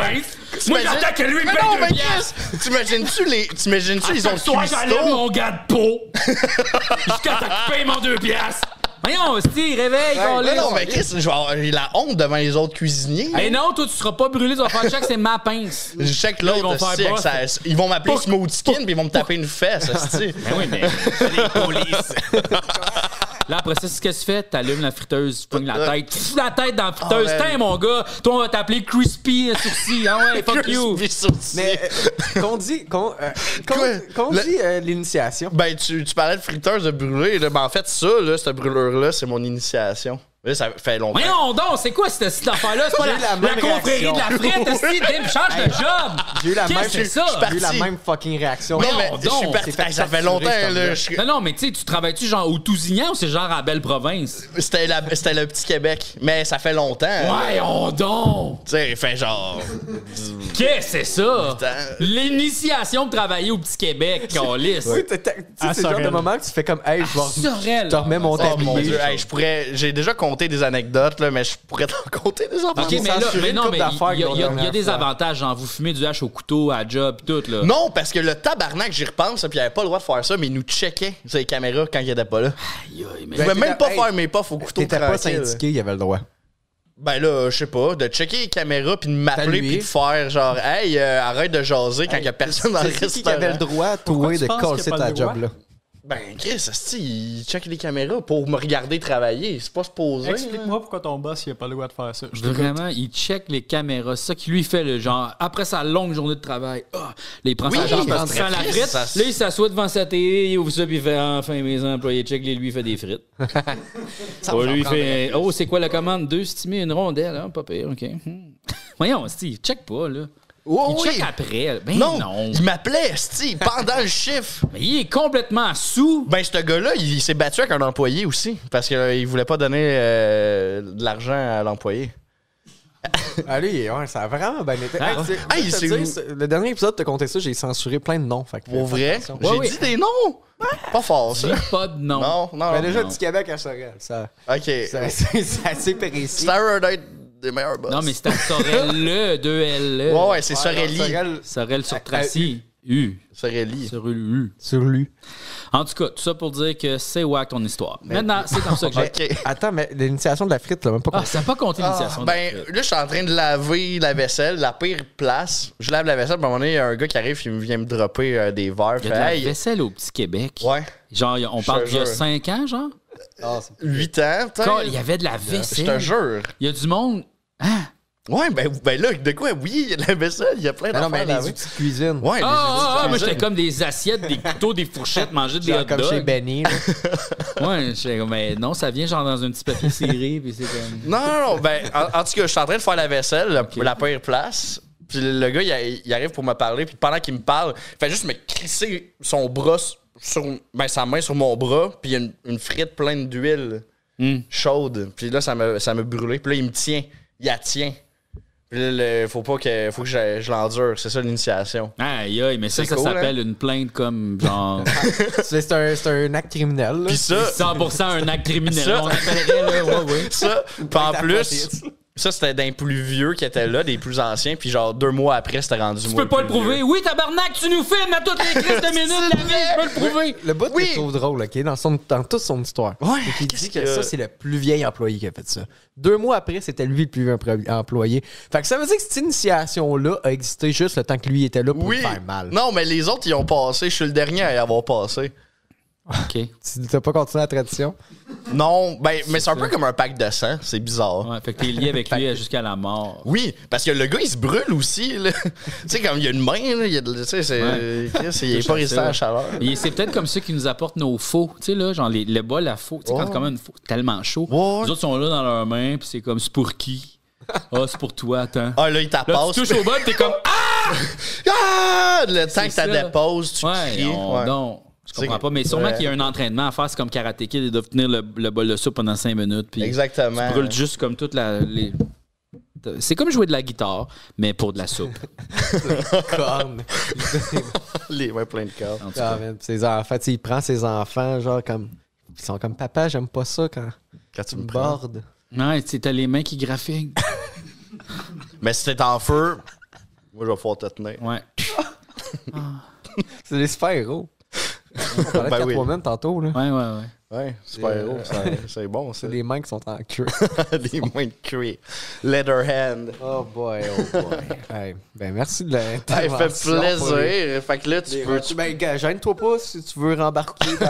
Moi,
T'imagines-
j'attends que lui
Mais
paye
non, mais
deux piastres. Ah,
Chris, t'imagines-tu les. T'imagines-tu les autres
Soit j'enlève
cuistots?
mon gars de peau. Jusqu'à temps qu'il paye mon deux piastres. Voyons, si, réveille,
Non,
câlisse.
non, mais Chris, je vais avoir j'ai la honte devant les autres cuisiniers.
Mais non, toi, tu seras pas brûlé. Tu vas faire check, c'est ma pince.
Je check
ils vont
l'autre
faire
aussi avec
boss.
sa- Ils vont m'appeler
Pouc,
Smooth Skin puis ils vont me taper une fesse, esti.
Ben oui, mais c'est les polices. Là, après ça, c'est ce que tu fais, t'allumes la friteuse, tu pognes la tête, tu fous la tête dans la friteuse.
Ah,
Oh, man.
Tiens, mon gars, toi, on va t'appeler Crispy euh, Sourcil. Ah ouais, fuck you.
Crispy saucisses.
Mais euh, qu'on dit, qu'on euh, qu'on-
Quoi?
qu'on
Le-
dit euh, l'initiation.
Ben, tu, tu parlais de friteuse de brûler. Là. Ben, en fait, ça, là, cette brûlure-là, c'est mon initiation. Là, ça fait longtemps.
Voyons donc, c'est quoi cette, cette affaire-là? C'est pas
J'ai
la,
eu la
la
même
confrérie de la
réaction.
frette, aussi, Tim, change de job!
J'ai eu la
Qu'est-ce
même
que c'est ça?
J'ai eu la
parti.
même fucking réaction.
non, mais
Voyons
je suis
donc,
parti.
c'est fait
Hey, ça fait
facturer,
longtemps.
ce temps-là.
Là, je suis-
Non, non, mais tu sais, tu travailles-tu genre au Tousignan ou c'est genre à Belle-Province?
C'était la- c'était le petit Québec. Mais ça fait longtemps.
Voyons donc!
Tu sais, fait genre.
Qu'est-ce que c'est ça?
Putain.
L'initiation de travailler au Petit Québec, câlisse.
Tu sais, t'as- t'as- tu sais,
À
c'est le genre de
Sorel.
moment que tu fais comme, hey, je vais-
Sorel.
je te remets mon
Oh mon
tablier.
dieu, hey, je pourrais. J'ai déjà compté des anecdotes, là, mais je pourrais t'en compter des enfants.
Ok, mais là,
censurer
mais
une
non,
couple
mais
d'affaires
il y, a-
qu'on
il y a-
donne
il y a des
à-
avantages, genre, vous fumez du hache au couteau, à job, pis tout, là.
Non, parce que le tabarnak, j'y repense, puis il avait pas le droit de faire ça, mais il nous checkait sur les caméras quand il était pas là.
Aïe, aïe, mais-
Je pouvais
t'étais-
même pas
Ben, hey,
faire mes puffs au couteau
T'étais pas
tranquille.
syndiqué, il y avait le droit.
Ben là, je sais pas, de checker les caméras puis de m'appeler
Saluer.
puis de faire genre hey, euh, arrête de jaser quand il y a personne dans le
C'est qui qui
restaurant.
avait le droit, toi,
tu
de
penses qu'il y a
casser
pas
ta
le droit?
job, là?
Ben Chris, asti, il check les caméras pour me regarder travailler, c'est pas se poser. là.
Explique-moi pourquoi ton boss, il a pas le droit de faire ça. Je te
Vraiment, il check les caméras. C'est ça qui lui fait le genre. Après sa longue journée de travail, ah, là, il prend sa
Oui,
jambe
il
parce qu'il
prend
sent la
très
frite.
frite, ça-
Là, il s'assoit devant sa télé, il ouvre ça, puis il fait enfin mes employés check, les lui, il fait des frites. Oh, lui, il fait oh, c'est quoi la commande Deux stimés, une rondelle, hein, pas pire, ok. Hmm. Voyons, il check pas, là.
Oh,
il
oui.
check après. Ben non.
Non, il m'appelait, asti, pendant le chiffre.
Mais il est complètement sous.
Ben ce gars-là, il s'est battu avec un employé aussi parce qu'il voulait pas donner euh, de l'argent à l'employé.
Ah, lui, ouais, ça a vraiment bien été.
Ah.
Hey, tu sais,
Hey,
je vais te
c'est
dire,
où?
c'est- le dernier épisode, t'as compté ça, j'ai censuré plein de noms. Fait que-
Pour vrai,
attention.
j'ai
Ouais, oui.
dit des noms. Pas fort ça.
J'ai pas de nom.
Non, non.
Mais
non.
Ben, déjà,
non.
du Québec à Sorel, ça,
OK.
ça- c'est c'est assez précis.
Star des meilleurs boss.
Non, mais c'était Sorel le, 2L.
Ouais, ouais, c'est
Ouais,
Sorelli.
non, Sorel,
E. Sorel sur
Euh,
Tracy. U.
Sorelli.
Sur U.
Sur lui.
En tout cas, tout ça pour dire que c'est wack ton histoire. Maintenant, c'est comme ça que j'ai.
OK.
Attends, mais l'initiation de la frite, là, même pas
Ah,
compris.
ça n'a pas compté l'initiation.
Ah,
euh, de
ben,
la
là,
fête.
je suis en train de laver la vaisselle, la pire place. Je lave la vaisselle, puis à un moment donné, il y a un gars qui arrive, il me vient me dropper euh, des verres.
il y a
Fait,
de la
hey,
vaisselle au petit Québec.
Ouais,
Genre, on
Je
parle
te
d'il y a
jure.
5 ans, genre.
8 ans, t'sais.
Quand il y avait de la
Je te
vaisselle.
jure.
Il y a du monde. Hein?
Ouais, ben, ben là, de quoi? Oui, il y a de la vaisselle, il y a plein
Mais Ben non,
d'affaires
mais
à
les
laver.
outils de cuisine.
Ouais, les
Ah, ah, ah, moi,
outils de
j'étais
cuisine.
comme des assiettes, des couteaux, des fourchettes, manger des hot
Genre comme chez
dogs.
Benny. là.
Ouais, j'étais comme, mais non, ça vient genre dans un petit papier serré, puis c'est comme.
Non, non, non, ben, en, en tout cas, je suis en train de faire la vaisselle, la- la pire place. Puis le gars, il, a- il arrive pour me parler, puis pendant qu'il me parle, il fait juste me crisser son bras s- sur ben, sa main sur mon bras, puis il y a une, une frite pleine d'huile
Hmm.
chaude. Puis là, ça me, ça me brûlait. Puis là, il me tient. Il la tient. Puis là, le- faut pas que, faut que je, je l'endure. C'est ça l'initiation.
Aïe, aïe, mais ça,
C'est
ça
cool, hein?
s'appelle une plainte comme genre.
C'est c'est un, c'est un acte criminel. là.
Puis ça,
100% un acte criminel.
Ça-
On appellerait, là, ouais, ouais.
ça, puis en
ta
plus,
police.
ça, c'était d'un plus vieux qui était là, des plus anciens. Puis genre, deux mois après, c'était rendu
Tu peux pas le prouver. Oui, tabarnak, tu nous filmes à toutes les crises de minutes de la vie, je peux le prouver.
Le bout
Oui.
que je trouve drôle, OK, dans, son, dans toute son histoire.
Ouais,
Et qu'il
qu'est-ce
dit que,
que-
ça, c'est le plus vieil employé qui a fait ça. Deux mois après, c'était lui le plus vieil empr- employé. Fait que ça veut dire que cette initiation-là a existé juste le temps que lui était là pour
Oui.
lui faire mal.
Non, mais les autres, ils ont passé. Je suis le dernier à y avoir passé.
OK.
Tu n'as pas continué la tradition.
Non, ben, mais c'est un peu comme un pack de sang. C'est bizarre.
Ouais, fait que t'es lié avec lui jusqu'à la mort.
Oui, parce que le gars, il se brûle aussi. là. tu sais, comme il y a une main, là, il y a de- tu sais, c'est- euh,
Ouais.
Chris, il est pas resté à la chaleur.
Et c'est peut-être comme ceux qui nous apportent nos faux. Tu sais, là, genre les, le bol à faux. Tu sais, quand
Ouais.
quand même une faux, tellement chaud.
Ouais.
Les autres sont là dans leurs mains, puis c'est comme, c'est pour qui? Ah, c'est pour toi, attends.
Ah, là, il
Là,
t'appasse.
tu touches au bol, t'es comme, ah!
Ah! Le temps que
ça.
ça dépose, tu
Ouais,
cries.
non,
Ouais.
non. Je comprends
C'est-
pas, mais sûrement
Ouais.
qu'il y a un entraînement à faire. C'est comme Karate
Euh,
Kid, ils doivent tenir le, le bol de soupe pendant 5 minutes. Puis
Exactement.
brûle juste comme toute la. les- C'est comme jouer de la guitare, mais pour de la soupe.
Corne.
Les, ouais, plein de cordes.
En tout
Ah,
cas.
man, ses enfants, tu sais, il prend ses enfants, genre comme. Ils sont comme papa, j'aime pas ça quand
Quand tu
tu me
me prends.
bordes.
Ouais, tu sais, t'as les mains qui graphiquent.
Mais si t'es en feu, moi, je vais pouvoir te tenir.
Ouais.
C'est des super-héros. On parlait
Ben
de
oui.
Catwoman tantôt, là.
Ouais, ouais, ouais.
Ouais, super héros, c'est- c'est bon, ça.
C'est les mains qui sont en queue.
Des mains de cuir. Leatherhand.
Oh boy, oh boy. hey, ben merci de la.
Ça fait
intervention pour les-
plaisir. Fait que là, tu
les
peux.
retours. Ben, gars, gêne-toi pas si tu veux rembarquer dans.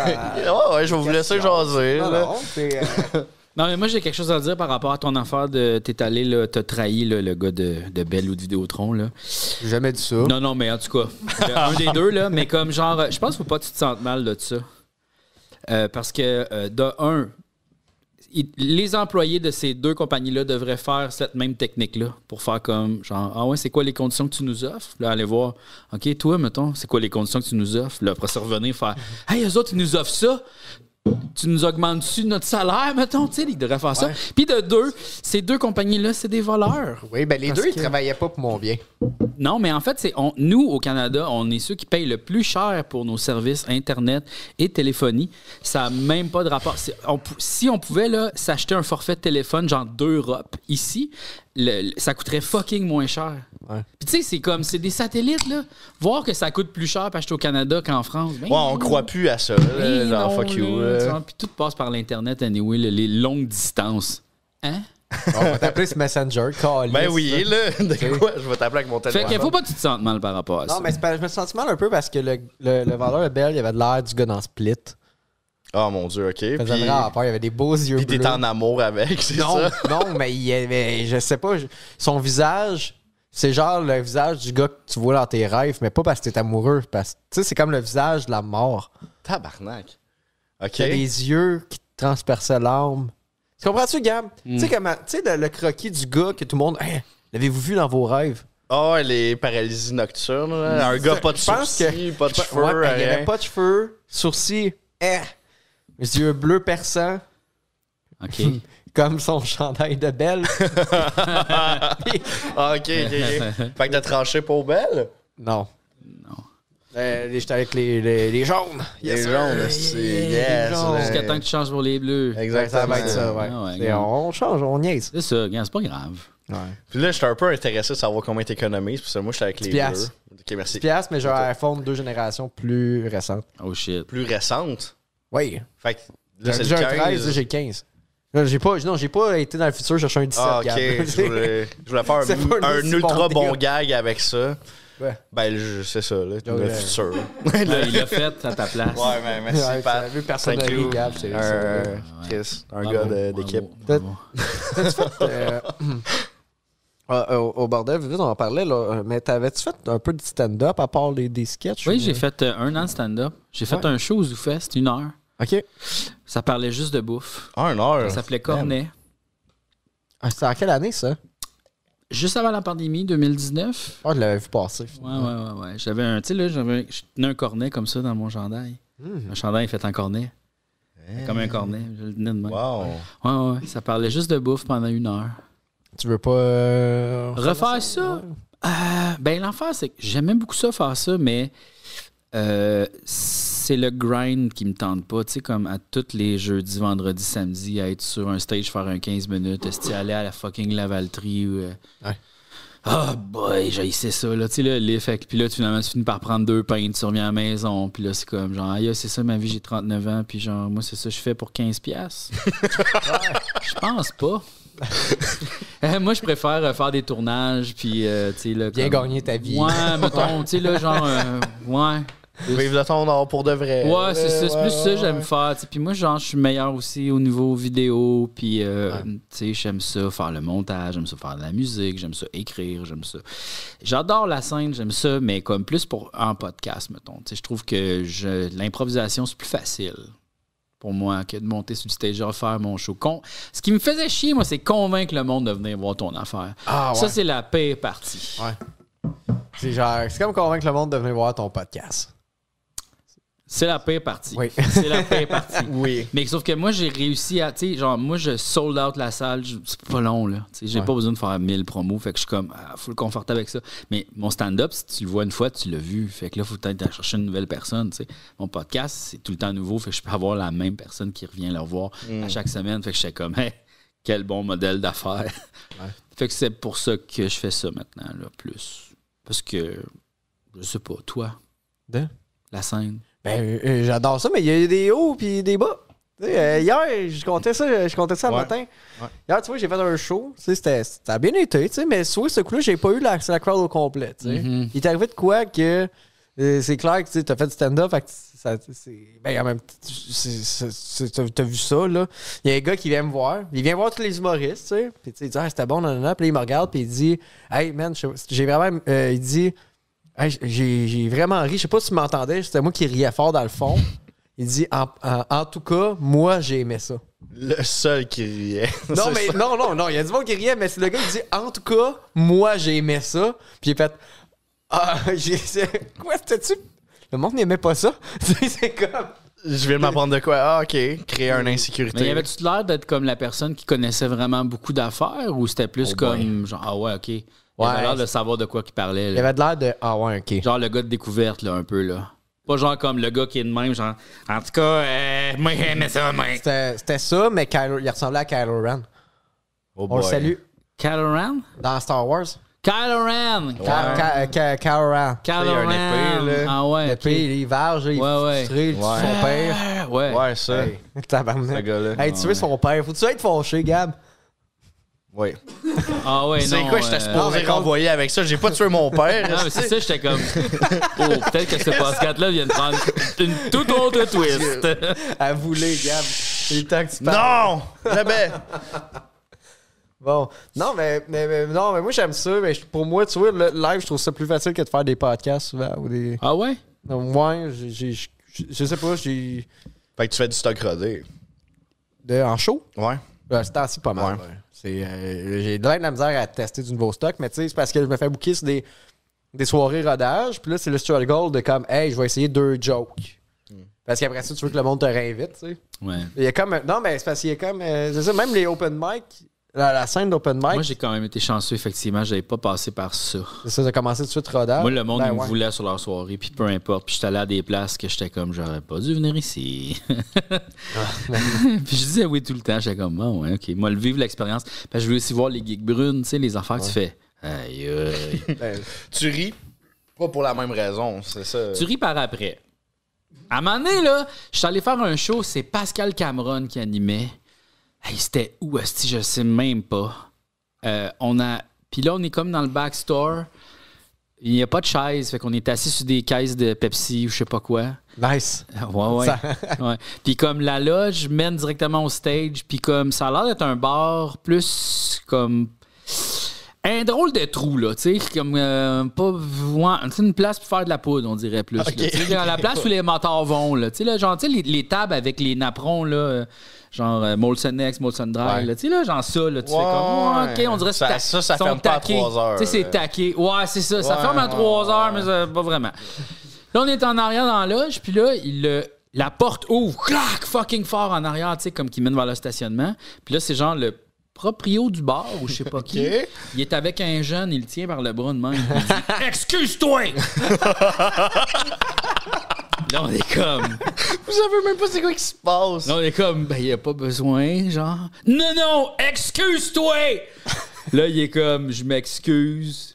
Ouais, ouais, je vais vous laisser jaser.
Non,
là.
non, t'es, euh,
Non, mais moi, j'ai quelque chose à dire par rapport à ton affaire de. T'es allé, là, t'as trahi, là, le gars de, de Belle ou de Vidéotron, là.
J'ai jamais dit ça.
Non, non, mais en tout cas, le- un des deux, là, mais comme genre, euh, je pense qu'il faut pas que tu te sentes mal là, de ça. Euh, parce que, euh, de un, il- les employés de ces deux compagnies-là devraient faire cette même technique-là pour faire comme, genre, ah ouais, c'est quoi les conditions que tu nous offres? Là, aller voir, OK, toi, mettons, c'est quoi les conditions que tu nous offres? Là, après ça, revenir faire, hey, eux autres, ils nous offrent ça. Tu nous augmentes-tu notre salaire, mettons? Tu sais, ils devraient faire ça. Puis de deux, ces deux compagnies-là, c'est des voleurs.
Oui, ben les
Parce
deux, ils
que-
travaillaient pas pour mon bien.
Non, mais en fait, c'est on- nous, au Canada, on est ceux qui payent le plus cher pour nos services Internet et téléphonie. Ça n'a même pas de rapport. C'est- on pou- si on pouvait là, s'acheter un forfait de téléphone, genre d'Europe, ici, le- le- ça coûterait fucking moins cher.
Ouais.
Puis tu sais, c'est comme, c'est des satellites, là. Voir que ça coûte plus cher pour acheter au Canada qu'en France. ben,
Ouais, on croit plus à ça. là,
ben
Euh, Genre,
non,
fuck you.
là, tu
là.
vois. Puis tout passe par l'Internet, anyway, là, les longues distances. Hein?
On va t'appeler ce Messenger, call.
Ben oui, là, de quoi? Je vais t'appeler avec mon
Fait
téléphone.
qu'il faut pas que tu te sentes mal par rapport à ça.
Non, mais c'est pas- je me suis senti mal un peu parce que le, le, le vendeur de Bell, il avait de l'air du gars dans Split.
Oh mon dieu, ok. Puis,
Il faisait vraiment peur, il avait des beaux yeux
puis
bleus.
t'es en amour avec, c'est
non,
ça?
non, mais il avait- je sais pas, je- son visage, c'est genre le visage du gars que tu vois dans tes rêves, mais pas parce que t'es amoureux, parce que, tu sais, c'est comme le visage de la mort.
Tabarnak. Ok.
Il a des yeux qui te transperçaient l'âme. Tu comprends-tu, Gab? Tu sais comment, tu sais, le, le croquis du gars que tout le monde, Hey, l'avez-vous vu dans vos rêves?
Oh, les paralysies nocturnes. là. Un gars pas de
Je pense
sourcils, pas de
je pense-
cheveux,
ouais, ben, il y
rien.
avait pas de cheveux, sourcils, eh, les yeux bleus perçants. hum,
OK.
comme son chandail de belle.
Ah, ok, ok, ok. Fait que t'as tranché pour belle?
non.
Non.
Euh, les- J'étais avec les, les, les jaunes.
Les
sir.
jaunes, c'est-
Yeah,
yes,
les jaunes.
ouais.
Jusqu'à temps que tu changes pour les bleus.
Ouais, Ça va être
Exactement.
ça, ouais.
Ah ouais,
Et
gars.
on change, on niaise.
C'est ça, gars, c'est pas grave.
Puis là, j'étais un peu intéressé de savoir combien t'économises. Puis ça, moi, j'étais avec les deux.
piastres.
Ok, merci.
Piastres, mais j'ai un iPhone deux générations plus récentes.
Oh shit.
Plus récente.
Oui.
Fait que là, c'est
J'ai
le
un 13, là,
15.
j'ai le 15. Là, J'ai pas, non, j'ai pas été dans le futur chercher un 17.
Ah, ok.
Gab.
Je voulais, je voulais faire
C'est
un,
pas un
un
aussi
ultra
bon
bon gag avec ça.
Ouais.
Ben, je- c'est ça, là. Le
ouais.
futur.
Là, il l'a fait à ta place.
Ouais, mais merci,
Ouais,
Pat.
t'as vu, personne
Thank
n'a
you.
ri, Gab, c'est-
Un- euh,
c'est-
Chris, un
Bravo,
gars de-
bravo,
d'équipe.
bravo.
Euh, euh, au, au bordel, vite, on en parlait, là, euh, mais t'avais-tu fait un peu de stand-up à part les, des sketchs?
Oui,
ou-
j'ai fait euh, un an de stand-up. J'ai fait
Ouais.
un show aux Fest, une heure.
OK.
Ça parlait juste de bouffe.
Ah, un heure.
Ça s'appelait Cornet.
Ah, C'était en quelle année, ça?
Juste avant la pandémie, 2019.
Ah, je l'avais vu passer.
Ouais, ouais, ouais. ouais. J'avais un, tu sais, là, j'avais, je tenais un cornet comme ça dans mon chandail. Un chandail fait en cornet. Comme un cornet. Je le tenais de même.
Wow.
Ouais, ouais, ouais. Ça parlait juste de bouffe pendant une heure.
Tu veux pas. euh,
Refaire ça? Euh, ben, l'enfer, c'est que j'aimais beaucoup ça, faire ça, mais euh, c'est le grind qui me tente pas. Tu sais, comme à tous les jeudis, vendredis, samedis, à être sur un stage, faire un 15 minutes, est aller à la fucking Lavalterie ou. euh,
Ouais.
Ah boy, j'haïssais ça, là, tu sais, là, les fait que- puis là, tu- finalement, tu finis par prendre deux pintes, tu reviens à la maison, puis là, c'est comme, genre, aïe, c'est ça ma vie, j'ai 39 ans, puis genre, moi, c'est ça, je fais pour 15 piastres. Je pense pas. Euh, Moi, je préfère euh, faire des tournages, puis, euh, tu sais, là...
Bien
comme-
gagner ta vie.
Ouais, mettons, tu sais, là, genre, euh, ouais.
Vive de ton or pour de vrai.
Ouais, c'est ça, c'est
Ouais,
plus ça
ouais,
que j'aime
ouais.
faire, tu sais. Puis moi, genre, je suis meilleur aussi au niveau vidéo, puis, euh, tu sais, j'aime ça, faire le montage, j'aime ça faire de la musique, j'aime ça écrire, j'aime ça... J'adore la scène, j'aime ça, mais comme plus pour en podcast, mettons. Tu sais, je trouve que je- l'improvisation, c'est plus facile pour moi que de monter sur le stage et faire mon show. Con- Ce qui me faisait chier, moi, c'est convaincre le monde de venir voir ton affaire.
Ah, ouais.
Ça, c'est la pire partie.
Ouais. C'est genre. C'est comme convaincre le monde de venir voir ton podcast.
C'est la pire partie.
Oui.
C'est la pire partie.
Oui.
Mais sauf que moi, j'ai réussi à. Tu sais, genre, moi, je sold out la salle. je- C'est pas long, là. Tu sais, j'ai pas besoin de faire 1000 promos. Fait que je suis comme, ah, full confortable avec ça. Mais mon stand-up, si tu le vois une fois, tu l'as vu. Fait que là, faut peut-être aller chercher une nouvelle personne. Tu sais, mon podcast, c'est tout le temps nouveau. Fait que je peux avoir la même personne qui revient le voir à chaque semaine. Fait que j'étais comme, hey, quel bon modèle d'affaires. Fait que c'est pour ça que je fais ça maintenant, là, plus. Parce que, je sais pas, toi,
De?
la scène.
Ben, euh, euh, j'adore ça, mais il y a des hauts puis des bas. Tu sais, euh, hier, je comptais ça, je comptais ça le
Ouais.
matin.
Ouais.
Hier, tu vois, j'ai fait un show. Tu sais, c'était- ça a bien été, tu sais, mais soit ce coup-là, j'ai pas eu la, la crowd au complet. tu sais.
Mm-hmm.
Mhm.
Il t'est arrivé de quoi que euh, c'est clair que tu as fait du stand-up, fait que ça, c'est, ben, quand même, tu- c'est- c'est- c'est- t'as, t'as vu ça, là. Il y a un gars qui vient me voir, il vient voir tous les humoristes, tu sais, puis tu sais, il dit, ah, c'était bon, nanana, puis là, il me regarde, puis il dit, hey, man, je- j'ai vraiment, euh, il dit, Hey, j- j'ai, j'ai vraiment ri, je sais pas si tu m'entendais, c'était moi qui riais fort dans le fond. Il dit, en, en- en tout cas, moi, j'ai aimé ça.
Le seul qui riait.
Non, mais non, non, non, il y a du monde qui riait, mais c'est le gars qui dit En tout cas, moi j'ai aimé ça. Puis il fait Ah, j'ai. c'est- Quoi, c'était-tu Le monde n'aimait pas ça. Tu sais, c'est comme.
Je viens de m'apprendre de quoi? Ah, OK. Créer une insécurité.
Mais y avait-tu l'air d'être comme la personne qui connaissait vraiment beaucoup d'affaires ou c'était plus
Oh
comme genre ah ouais ok. Il
Ouais.
avait l'air de savoir de quoi qu'il parlait. là.
Il avait de l'air de Ah ouais, ok.
Genre le gars de découverte là un peu là. Pas genre comme le gars qui est de même genre en tout cas euh, moi j'aimais ça mais.
C'était, c'était ça, mais Kylo- il ressemblait à Kylo Ren.
Oh
On le
boy.
salue
Kylo Ren?
dans Star Wars.
Kylo Ren!
Ka- ka- ka- Kylo Ren.
Kylo
Il y a
Ren!
une épée, là.
Ah ouais.
Le
ok.
pire, il verge, il
Ouais,
est
ouais.
frustré, il tue
Ouais.
son père.
Ah, Ouais.
Ouais, ça.
Tabarnak.
Ce gars-là.
Hey, tuer son père. Faut-tu être fâché, Gab?
Ouais.
Ah ouais,
C'est
non.
quoi? J'étais
euh,
supposé renvoyer avec ça. J'ai pas tué mon père.
Non, mais c'est ça, j'étais comme. Oh, peut-être que ce podcast-là vient de prendre une toute autre twist.
Avoue-le, Gab. C'est le temps que tu parles.
Non! Jamais!
Bon, non, mais, mais- mais- non, mais moi j'aime ça. Mais je- pour moi, tu vois, le live, je trouve ça plus facile que de faire des podcasts souvent. Ou des...
Ah ouais?
Donc, ouais, j'ai- j'ai- je- je je sais pas, j'ai.
Fait que tu fais du stock rodé.
de- en show,
Ouais.
ben, c'est ainsi pas mal. ouais. C'est, euh, j'ai de l'air de la misère à tester du nouveau stock, mais tu sais, c'est parce que je me fais bouquer sur des, des soirées rodage. Puis là, c'est le struggle de comme, hey, je vais essayer deux jokes. Parce qu'après ça, tu veux que le monde te réinvite, tu sais.
Ouais.
Il y a comme. Non, mais c'est parce qu'il y a comme. euh, c'est ça, même les open mic, la, la scène d'open mic.
Moi, j'ai quand même été chanceux, effectivement. J'avais pas passé par ça.
c'est ça, j'ai commencé tout de suite rodage.
Moi, le monde,
Ben
il me
ouais.
voulait sur leur soirée, puis peu importe. Puis j'étais allé à des places que j'étais comme, j'aurais pas dû venir ici. puis je disais oui tout le temps. J'étais comme, bon, ouais, OK. Moi, le vivre l'expérience. Puis je voulais aussi voir les geeks brunes, tu sais, les affaires que tu fais. Aïe, aïe.
Ben,
Tu ris pas pour la même raison, c'est ça.
tu ris par après. À un moment donné, là, je suis allé faire un show, c'est Pascal Cameron qui animait. Hey, c'était où, esti, je sais même pas. Euh, on a... Puis là, on est comme dans le backstore. Il n'y a pas de chaise, fait qu'on est assis sur des caisses de Pepsi ou je sais pas quoi.
ben, Nice.
Ouais, ouais. Ouais. Puis comme la loge mène directement au stage, puis comme ça a l'air d'être un bar plus comme un drôle de trou, là, tu sais, comme euh, pas ouais, tu sais, une place pour faire de la poudre, on dirait plus. là. Tu sais, dans la place où les motards vont, là, tu sais, là, genre, tu sais, les, les tables avec les napperons, là, euh, genre euh, Molson X, Molson Dry,
Ouais.
là, tu sais, là, genre ça, là, tu fais
Ouais,
comme,
ouais.
ouais, ok, on dirait que
Ça-
ta-
ça, ça
sont
ferme pas à
taqués.
trois heures,
Tu sais, c'est
là.
taqué. Ouais, c'est ça, ça
Ouais,
ferme à
ouais,
3 heures,
ouais.
mais ça, pas vraiment. Là, on est en arrière dans la loge, puis là, il, euh, la porte ouvre, clac, fucking fort en arrière, tu sais, comme qui mène vers le stationnement. Puis là, c'est genre le proprio du bar ou je sais pas qui.
Ok.
Il est avec un jeune, il le tient par le bras de main. Excuse-toi! là, on est comme.
Vous savez même pas c'est quoi qui se passe.
Là, on est comme, ben, il a pas besoin, genre. Non, non, excuse-toi! là, il est comme, je m'excuse.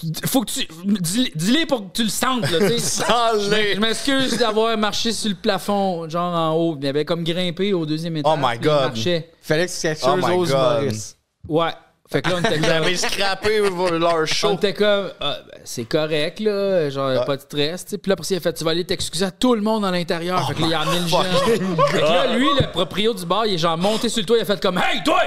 Tu- Faut que tu. dis- Dis-le pour que tu le sentes, là, tu sais. Je
Enlève.
m'excuse d'avoir marché sur le plafond, genre en haut. Il avait comme grimpé au deuxième étage.
Oh my
puis il
God.
marchait.
Félix quelque
Oh
chose
my
aux
God.
humoristes.
Ouais. Fait que là, on était
Vous
comme.
avez scrappé leur
On
show. Ah.
était comme, Ah, ben, c'est correct, là, genre, y a pas de stress. tu sais. Puis là, après, il a fait, tu vas aller t'excuser à tout le monde à l'intérieur.
Oh
fait que là, il a amené le jeune. Fait que là, lui, le proprio du bar, il est genre monté sur le toit, il a fait comme, hey, toi!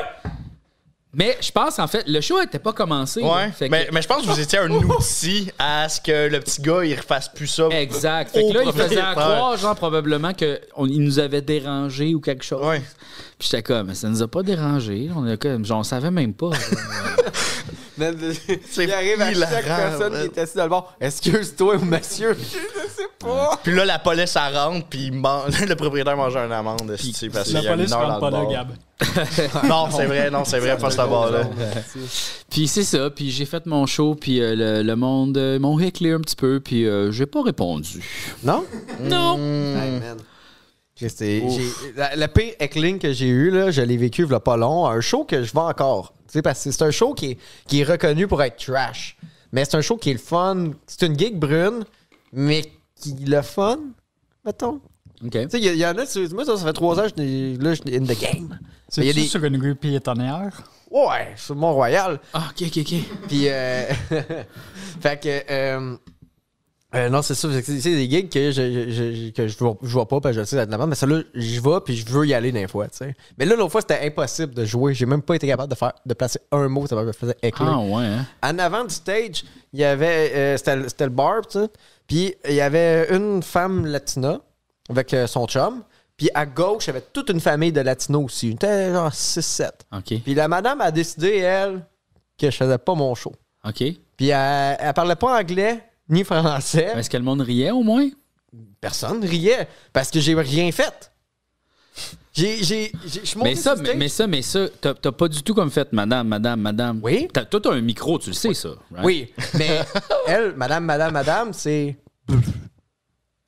Mais je pense, en fait, le show était pas commencé. là.
Ouais.
Fait que-
mais, mais je pense que vous étiez un outil à ce que le petit gars il refasse plus ça.
Exact. Fait que
Au
là, il faisait à
propriétaire.
croire, genre, probablement qu'il nous avait dérangé ou quelque chose.
Ouais.
Puis j'étais comme, ça nous a pas dérangé. On, a comme, genre, on savait même pas.
Man, il arrive à chaque
hilarant,
personne
man.
qui est assise dans le bar. Excuse-toi, monsieur. Je ne sais pas.
Puis là, la police, elle rentre, puis il man- le propriétaire mange une amende, esti, parce qu'il
La
y a une
police
heure
rentre
dans
pas
le
là,
bar.
Gab.
Non, c'est vrai, non, c'est vrai, pas ce bar-là.
Puis c'est ça, puis j'ai fait mon show, puis euh, le, le monde euh, m'ont réclé un petit peu, puis euh, j'ai pas répondu.
Non?
Mm. Non!
Hey, man. Christ, Mm. c'est- j'ai- la, la pire heckling que j'ai eue, là, je l'ai vécu il pas long, à un show que je vais encore. Tu sais, parce que c'est un show qui est, qui est reconnu pour être trash. Mais c'est un show qui est le fun. C'est une gig brune, mais qui le fun, mettons. Tu
OK.
sais, il y, y en a, tu- moi, ça, ça fait trois ans, je n'ai- là, je suis in the game. Il y a
C'est
des-
sur une rue piétonnière.
Ouais, sur Mont-Royal.
Ah, OK, OK, OK.
Puis, euh, fait que, euh, euh, non, c'est ça. c'est- C'est c'est des gigs que je, je, je- que je, vois, je vois pas, parce que je sais d'être là-bas. Mais ça, là, j'y vais, puis je veux y aller des fois, tu sais. Mais là, l'autre fois, c'était impossible de jouer. J'ai même pas été capable de faire, de placer un mot, ça me faisait éclater.
Ah, ouais, hein?
En avant du stage, il y avait. euh, c'était, le- c'était le bar, tu sais. Puis il y avait une femme latina avec euh, son chum. Puis à gauche, il y avait toute une famille de latinos aussi. Une était genre 6-7.
OK.
Puis la madame a décidé, elle, que je faisais pas mon show.
OK.
Puis elle, elle parlait pas anglais ni français.
Est-ce que le monde riait au moins?
Personne riait parce que j'ai rien fait. J'ai. j'ai, j'ai- je suis monté
Mais ça,
sur
mais,
stage.
mais ça, mais ça, t'as t'as pas du tout comme fait, madame, madame, madame.
Oui.
T'as- Toi, t'as un micro, tu le sais, ça. right?
Oui, mais elle, madame, madame, madame, c'est.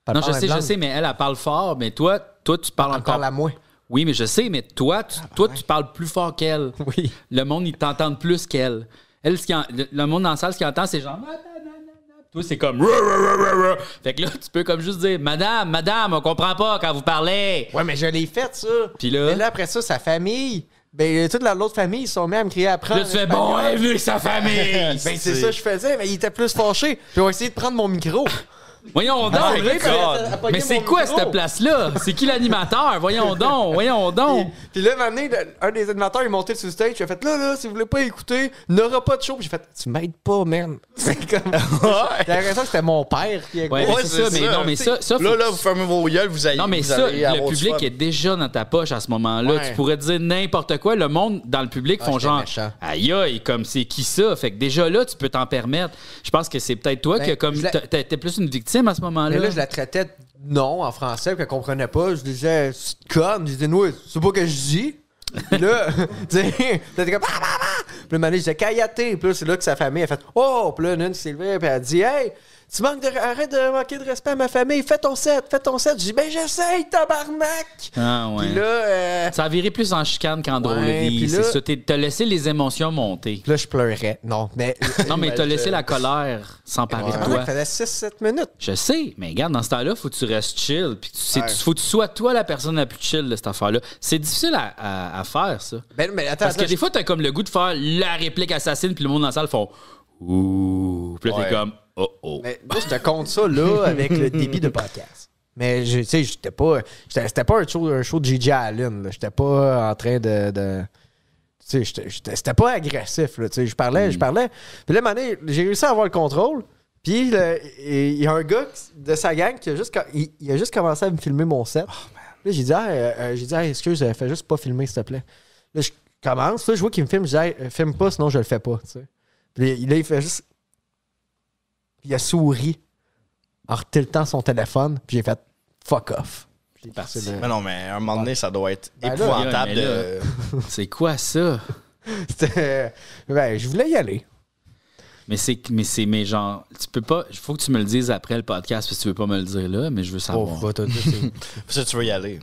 Non, je sais, je sais, mais elle, elle parle fort, mais toi, toi, tu parles encore.
Encore la moins.
Oui, mais je sais, mais toi, tu, toi, tu parles plus fort qu'elle.
Ah, ben Oui.
Le monde, il t'entend plus qu'elle. Elle, ce qui en- le, le monde dans la salle, ce qu'il entend, c'est genre. Toi, c'est comme. Rou, rou, rou, rou, rou. Fait que là, tu peux comme juste dire Madame, madame, on comprend pas quand vous parlez.
Ouais, mais je l'ai fait, ça.
Puis là?
Mais là, après ça, sa famille, ben, toute la- l'autre famille, ils sont même à me crier après.
Là, tu fais bon, elle vu sa famille.
Ben, c'est ça que je faisais, mais il était plus fâché. Puis on va essayer de prendre mon micro.
Voyons donc.
Ah, c'est vrai,
mais-
puis elle a- elle a pogné
Oh mais c'est
mon
quoi
micro.
cette place-là? C'est qui l'animateur? Voyons donc, voyons donc.
Puis là, un moment donné, le- un des animateurs est monté sur le stage. Il a fait là, là, si vous voulez pas écouter, n'aura pas de show. Puis j'ai fait, tu m'aides pas, man. C'est comme. J'ai l'impression que c'était mon père qui a
Ouais.
Ouais,
c'est ça, mais non, mais ça- ça,
là,
faut-
là, vous fermez vos gueules, vous allez.
Non, mais
vous
ça,
allez avoir du
le public
fun.
est déjà dans ta poche à ce moment-là.
Ouais. Ah,
Tu pourrais dire n'importe quoi. Le monde dans le public font
j'étais
genre
méchant.
Aïe aïe, comme c'est qui ça? Fait que déjà là, tu peux t'en permettre. Je pense que c'est peut-être toi
Ben,
que comme
je la-
t'a- t'a- t'es plus une victime à ce
Mais
moment-là.
là, je la traitais de non en français, puis qu'elle comprenait pas. Je disais, c'est conne. Je disais, non, c'est pas ce que je dis. Puis là, tu sais, t'étais comme, ah, ah, ah. Puis le moment donné, je disais, Kayate. Puis là, c'est là que sa famille a fait, oh, puis là, une qui s'est levée, puis elle a dit, hey, tu manques de. Arrête de manquer de respect à ma famille, fais ton set, fais ton set. Je dis, ben, j'essaye, tabarnak.
Ah, ouais.
Puis là, euh,
Ça a viré plus en chicane qu'en drôlerie.
puis
C'est
là-
ça. T'es- T'as laissé les émotions monter.
Puis là, je pleurais. Non, mais.
Non, mais t'as laissé la colère s'emparer de
Ça
Ah, toi.
faisait 6-7 minutes.
Je sais, mais regarde, dans ce temps-là, faut que tu restes chill. Puis tu- c'est- tu- faut que tu sois toi la personne la plus chill de cette affaire-là. C'est difficile à- à- à faire, ça.
Ben, mais attends,
Parce que
là,
des fois, t'as comme le goût de faire la réplique assassine, puis le monde dans la salle font Ouh. Puis là, t'es
Ouais.
comme Oh oh.
Mais moi, je te compte ça là avec le débit de podcast. Mais je- tu sais, j'étais pas. j'étais- C'était pas un show, un show de Gigi Allen. là. J'étais pas en train de. de- tu sais, j'étais- j'étais- c'était pas agressif. Là, tu sais, je parlais, je parlais. Puis là, à un moment donné, j'ai réussi à avoir le contrôle. Puis là, il y a un gars de sa gang qui a juste, com- il, il a juste commencé à me filmer mon set. Là, j'ai dit, Ah, euh, euh, j'ai dit Ah, excuse, euh, fais juste pas filmer, s'il te plaît. Là, je commence. Là, je vois qu'il me filme. Je dis, Hey, euh, filme pas, sinon je le fais pas. tu sais. Puis là, il fait juste. Puis il a souri en retiltant son téléphone. Puis j'ai fait fuck off. J'ai parti. de-
Mais non, mais à un moment donné, ça doit être
Ben là,
épouvantable
mais là-
de.
C'est quoi ça?
C'était- ouais, je voulais y aller.
Mais c'est mais c'est mais genre tu peux pas il faut que tu me le dises après le podcast parce que tu veux pas me le dire là mais je veux
Oh,
savoir.
va te dire, c'est-
Parce que tu veux y aller.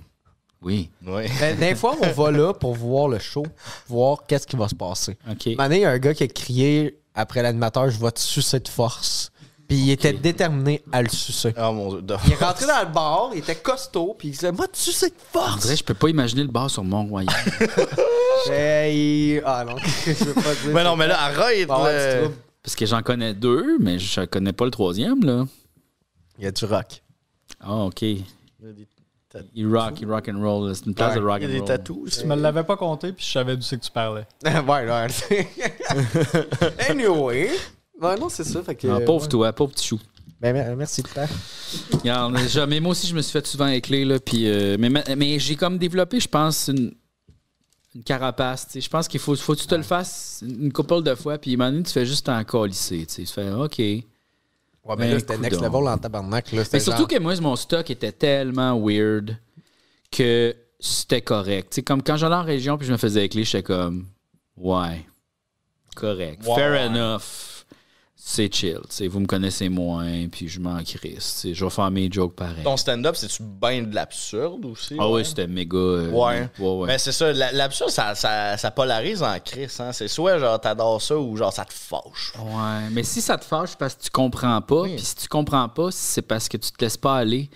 oui.
Oui.
Ben, Des fois, on va là pour voir le show, voir qu'est-ce qui va se passer.
OK.
Une année, il y a un gars qui a crié après l'animateur Je vais te sucer de force. Puis il était déterminé à le sucer.
Oh mon dieu.
Il est rentré dans le bar, il était costaud, puis il disait Moi, te sucer de
On dirait
force
que je peux pas imaginer le bar sur Mont-Royal.
Hey, Ah non, je veux pas dire.
Mais non, mais là, arrête.
Bon, ouais,
là.
tu trouves.
parce que j'en connais deux mais je connais pas le troisième là.
Il y a du rock.
Ah OK. Il rock, il rock and roll, c'est une place de rock
Il y
and
a des
roll.
tatous.
Tu me l'avais pas compté, puis je savais d'où c'est que tu parlais.
ouais, ouais. c'est- anyway. Ouais, non, c'est ça. Fait que, euh,
Ah,
euh,
pauvre
ouais.
toi, pauvre petit chou.
Ben, mer- merci de faire.
Regarde, je- mais moi aussi, je me suis fait souvent éclairer, là, puis, euh, mais, ma- mais j'ai comme développé, je pense, une, une carapace. tu sais. Je pense qu'il faut, faut que tu te le fasses une couple de fois, puis à un moment donné, tu fais juste t'en calisser. Tu sais. Tu fais OK.
Ouais,
Ben,
mais là, c'était next
coudonc.
level en tabarnak. Là,
Mais
c'était
surtout
genre-
que moi, mon stock était tellement weird que c'était correct. Tu sais, comme quand j'allais en région puis je me faisais écler, j'étais comme Ouais. Correct.
Ouais.
Fair enough. C'est chill. tu sais, Vous me connaissez moins, puis je m'en crisse. tu sais, Je vais faire mes jokes pareil.
Ton stand-up, c'est-tu bien de l'absurde aussi?
Ah
ouais?
oui, c'était méga. euh,
Ouais.
ouais.
Mais c'est ça, la- l'absurde, ça, ça, ça polarise en crise. Hein. C'est soit genre t'adores ça ou genre ça te fâche.
Ouais, mais si ça te fâche, c'est parce que tu comprends pas. Puis si tu comprends pas, c'est parce que tu te laisses pas aller.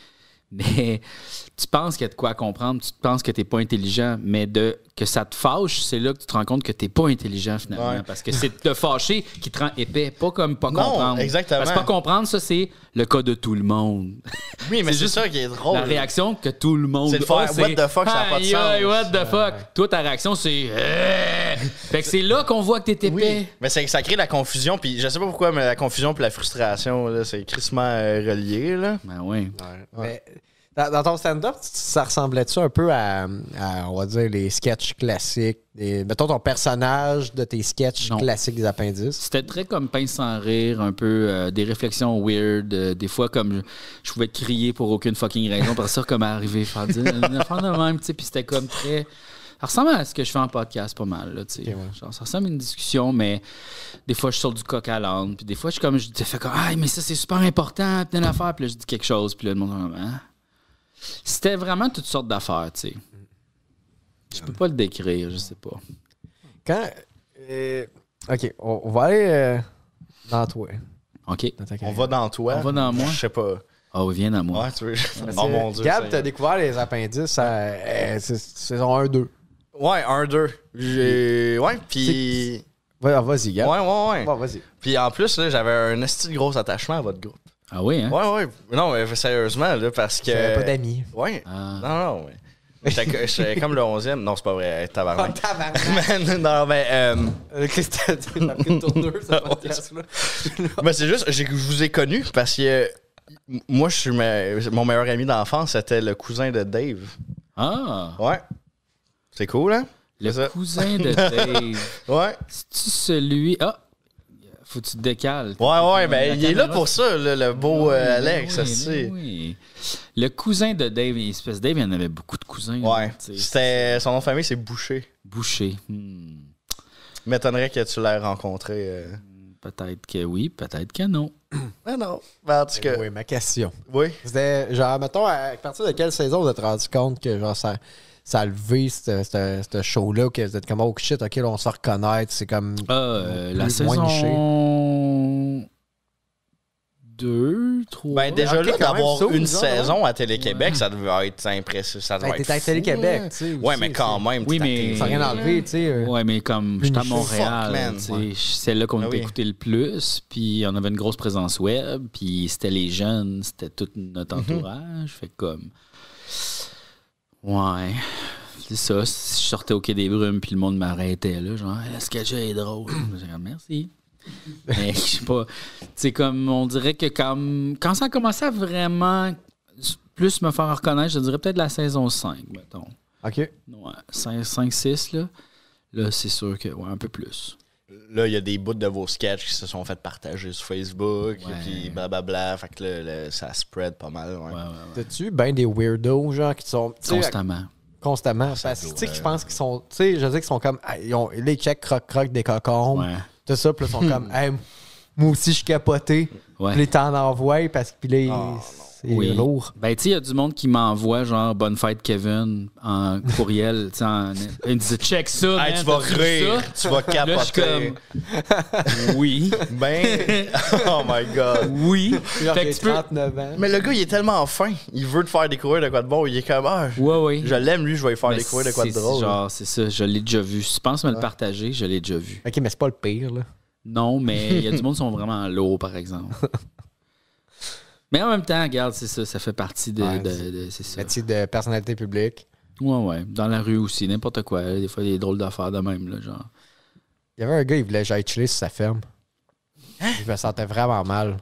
Mais tu penses qu'il y a de quoi comprendre, tu penses que t'es pas intelligent, mais de que ça te fâche, c'est là que tu te rends compte que t'es pas intelligent finalement.
Ouais.
Parce que c'est de te fâcher qui te rend épais, pas comme pas
Non,
comprendre.
exactement.
Parce que pas comprendre, ça, c'est le cas de tout le monde.
Oui, mais c'est ça qui est drôle.
La réaction que tout le monde
Oh, C'est de faire
a,
What the fuck, ça a pas de
Aïe, aïe,
sens.
What the fuck? Toi, ta réaction, c'est. Euh! Fait que c'est là qu'on voit que t'es épais.
Mais c'est que ça crée la confusion, puis je sais pas pourquoi, mais la confusion puis la frustration, là, c'est crissement euh, relié. Là.
Ben oui.
Mais dans, dans ton stand-up, tu- ça ressemblait-tu un peu à, à, on va dire, les sketchs classiques? des- mettons ton personnage de tes sketchs
Non.
classiques des appendices.
C'était très comme pince sans rire, un peu euh, des réflexions weird, euh, des fois comme je, je pouvais crier pour aucune fucking raison, par ça comme arriver faire dire une affaire de même, tu sais, puis c'était comme très ça ressemble à ce que je fais en podcast pas mal là, tu sais. Genre, ça ressemble à une discussion mais des fois je sors du coq à l'âne, puis des fois je suis comme je fais comme ah mais ça c'est super important, puis une affaire, puis là je dis quelque chose, puis là le monde est comme Hein? C'était vraiment toutes sortes d'affaires, tu sais. Je peux pas le décrire, je sais pas.
Quand. euh, ok, on, on va aller euh, dans toi.
OK.
Dans ta
On
carrière.
va dans toi.
On va dans moi?
Je sais pas.
Oh, viens à moi.
Ouais, tu veux.
Parce
oh
que,
mon dieu.
Euh, Gab,
Seigneur.
t'as découvert les appendices à euh, c'est- saison 1-2.
Ouais, un, deux. J'ai. Ouais, puis.
Va- Vas-y,
Ouais,
Gab.
ouais, ouais.
Bon, vas-y.
Puis en plus, là, j'avais un esti de gros attachement à votre groupe.
Ah oui hein.
Ouais, ouais. Non, mais sérieusement, là, parce que.
J'avais pas d'amis.
Ouais.
Ah.
Non, non, mais. J'étais j'étais comme le 11e. Non, c'est pas vrai, tabarnak.
Oh, Tabarnak.
Man, non, mais. euh,
Qu'est-ce que t'as dit? T'as pris une tournure,
Ah,
ce podcast-là.
mais c'est juste, j'ai- je vous ai connu parce que. euh, m- Moi, je suis ma- mon meilleur ami d'enfance, c'était le cousin de Dave.
Ah
Ouais. C'est cool, hein?
Le
C'est ça.
cousin de Dave.
Ouais.
C'est-tu celui. Ah! Faut que tu te décales.
Ouais, ouais, ben,
La
il est là
caméra.
pour ça, le, le beau euh,
Oui, ben
Alex,
oui,
aussi.
oui. Le cousin de Dave, espèce Dave, il y en avait beaucoup de cousins.
Ouais.
là, tu sais.
C'était, son nom de famille, c'est Boucher.
Boucher. Hmm.
M'étonnerait que tu l'aies rencontré. euh.
Peut-être que oui, peut-être que non.
Ah non. Ben, en tout cas, oui.
Oui, ma question. C'était genre, mettons, à partir de quelle saison vous êtes rendu compte que genre ça, ça a levé ce- ce ce show-là, que vous êtes comme oh shit, ok, là, on se reconnaît, c'est comme.
Ah, euh, la
Plus- moins
saison. Deux, trois.
Ben, déjà
ok,
là,
quand même,
d'avoir
ça,
une
bizarre,
saison
hein.
à Télé-Québec, ça devait être impressionnant. Ça devait
Hey,
être
T'es à
Ah, fou,
Télé-Québec,
là.
tu sais.
Ouais,
aussi,
mais quand même.
Oui,
t'es à
mais-
Télé-
c'est- Sans rien enlever, tu sais. euh.
Ouais, mais comme j'étais à
Fuck,
Montréal,
man.
tu sais, c'est là qu'on
Ah
était
oui.
écouté le plus, puis on avait une grosse présence web, puis c'était les jeunes, c'était tout
Mhm.
notre entourage, fait comme ouais, c'est ça. Si je sortais au quai des brumes, puis le monde m'arrêtait là, genre Hey, le sketch est drôle, j'ai comme merci. Mais je sais pas, tu sais comme on dirait que comme quand ça a commencé à vraiment plus me faire reconnaître, je dirais peut-être la saison 5, mettons.
Ok.
Ouais, 5-6, là. Là, c'est sûr que, ouais, un peu plus.
Là, il y a des bouts de vos sketchs qui se sont fait partager sur Facebook,
Ouais.
et puis blablabla. Fait que là, là, ça spread pas mal. ouais.
Ouais, ouais, ouais.
T'as-tu ben des weirdos, genre, qui sont. tu sais,
Constamment.
Constamment. Parce que,
doit,
tu sais, que je
euh.
pense qu'ils sont. Tu sais, je sais qu'ils sont comme. ah, Ils ont les checks croc-croc des cocons.
Ouais.
Tout ça, puis là, ils sont
Hmm.
comme. Hey, moi aussi, je suis capoté.
Ouais.
Puis là, ils t'en envoient parce que puis
Ah,
là, c'est
Oui.
lourd.
Ben, tu sais, il y a du monde qui m'envoie, genre, bonne fête, Kevin, en courriel. tu sais, en- Il me dit, check ça.
Hey,
man,
tu vas
t'as vu
rire,
ça?
tu vas
Là, je suis
capoter.
comme, oui,
Ben, oh my god.
oui.
Genre,
fait que
j'ai
tu peux.
39 ans.
Mais le gars, il est tellement fin. Il veut te faire découvrir de quoi de bon. Il est comme, ah, je-
Ouais, ouais.
je l'aime, lui, je vais lui faire
Mais
découvrir de quoi de
c'est-
drôle. Ah.
Genre, c'est ça, je l'ai déjà vu. Si tu penses me le partager, je l'ai déjà vu.
Ok, mais c'est pas le pire, là.
Non, mais il y a du monde qui sont vraiment lourds, par exemple. Mais en même temps, regarde, c'est ça, ça fait partie de.
Ouais,
de- de- c'est ça.
Métier de personnalité publique.
Ouais, ouais. Dans la rue aussi, n'importe quoi. là. Des fois, des drôles d'affaires de même, là, genre. Hein?
Il y avait un gars, il voulait que j'aille chiller sur sa ferme. Je me sentais vraiment mal.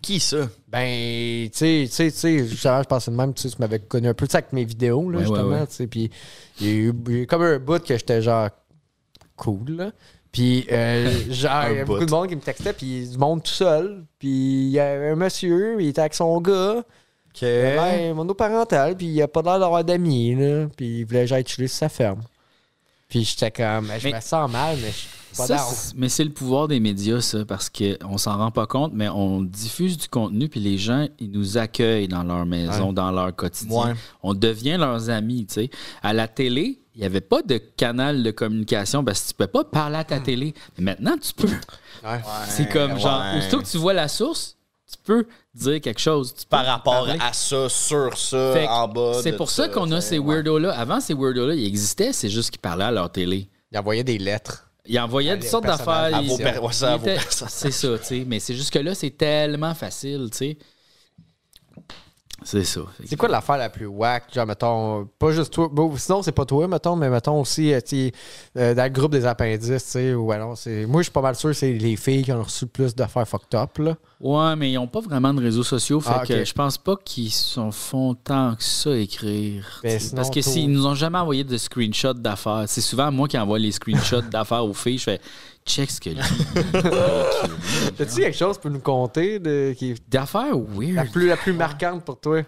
Qui ça?
Ben, tu sais, tu sais, tu sais, justement, je pensais de même, tu sais, tu m'avais connu un peu, tu sais, avec mes vidéos, là,
Ouais, ouais,
justement,
ouais.
tu sais, puis il y a eu il y a eu comme un bout que j'étais genre cool, là. Puis, euh, genre, il y a beaucoup de monde qui me textait, puis du monde tout seul, puis il y avait un monsieur, il était avec son gars, ben, monoparental, puis il a pas l'air d'avoir d'amis, là, puis il voulait que j'aille chiller sur sa ferme. Puis j'étais comme, je
Mais-
me sens mal, mais je suis pas
Ça,
down.
c'est- mais c'est le pouvoir des médias, ça, parce qu'on s'en rend pas compte, mais on diffuse du contenu, puis les gens, ils nous accueillent dans leur maison, dans leur quotidien.
Ouais.
On devient leurs amis, tu sais. À la télé, il n'y avait pas de canal de communication parce que tu ne peux pas parler à ta télé. Mais maintenant, tu peux. c'est comme, genre,
Euh, ouais.
aussitôt que tu vois la source, tu peux dire quelque chose. Tu
Par
peux
rapport
parler.
à ça, sur ça,
Fait que
en bas.
C'est
de
pour ça qu'on a
fait,
ces
ouais.
weirdos-là. Avant, ces weirdos-là, ils existaient, c'est juste qu'ils parlaient à leur télé.
Il envoyait des lettres.
Ils envoyaient
les
toutes sortes
personnages.
d'affaires.
À
ils-
vos per- ouais, ça, à
ils
vos
étaient-
personnages.
C'est ça, tu sais. Mais c'est juste que là, c'est tellement facile, tu sais. C'est ça. Fait que-
C'est quoi l'affaire la plus whack? Genre, mettons, pas juste toi. bon, sinon, c'est pas toi, mettons, mais mettons aussi, euh, tu sais, euh, dans le groupe des appendices, tu sais, ou alors, c'est. Moi, je suis pas mal sûr que c'est les filles qui ont reçu le plus d'affaires fucked up, là.
Ouais, mais ils n'ont pas vraiment de réseaux sociaux. Fait
Ah, ok.
que je pense pas qu'ils s'en font tant que ça écrire.
Ben,
tu sais.
sinon,
Parce que
toi-
s'ils nous ont jamais envoyé de screenshots d'affaires, c'est souvent moi qui envoie les screenshots d'affaires aux filles. Je fais check ce que lui.
As-tu quelque chose pour nous compter de, qui est
D'affaires
la
weird.
plus, la plus marquante pour toi?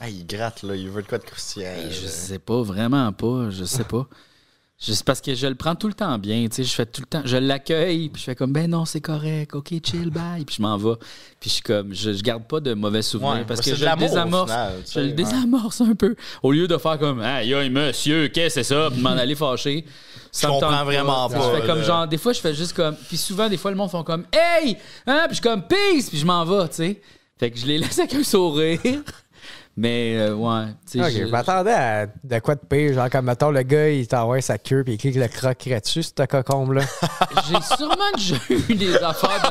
Ah, il gratte, là. Il veut de quoi de croustillant.
Hey, je sais pas, vraiment pas, je sais pas. Je- C'est parce que je le prends tout le temps bien, tu sais, je fais tout le temps, je l'accueille, puis je fais comme ben non, c'est correct, OK, chill, bye, puis je m'en vais. Puis je suis comme je, je garde pas de mauvais souvenirs
Ouais,
parce
c'est
que
de
je le
l'amour, au
désamorce.
final, tu
je
sais,
le
ouais.
désamorce un peu au lieu de faire comme aïe aïe monsieur, qu'est-ce que c'est ça, puis m'en aller fâché. Ça
Je
me tente
comprends vraiment
tu sais,
pas,
Je fais comme
là.
genre des fois je fais juste comme puis souvent des fois le monde font comme hey, hein, puis je suis comme peace, puis je m'en vais, tu sais. Fait que je les laisse avec un sourire. Mais euh, ouais, tu sais,
Ok,
je-
je
bah-
m'attendais à de quoi de pire. Genre, comme mettons, le gars, il t'envoie sa queue, puis il clique le croquerait dessus, ce cocombe-là.
J'ai sûrement déjà eu des affaires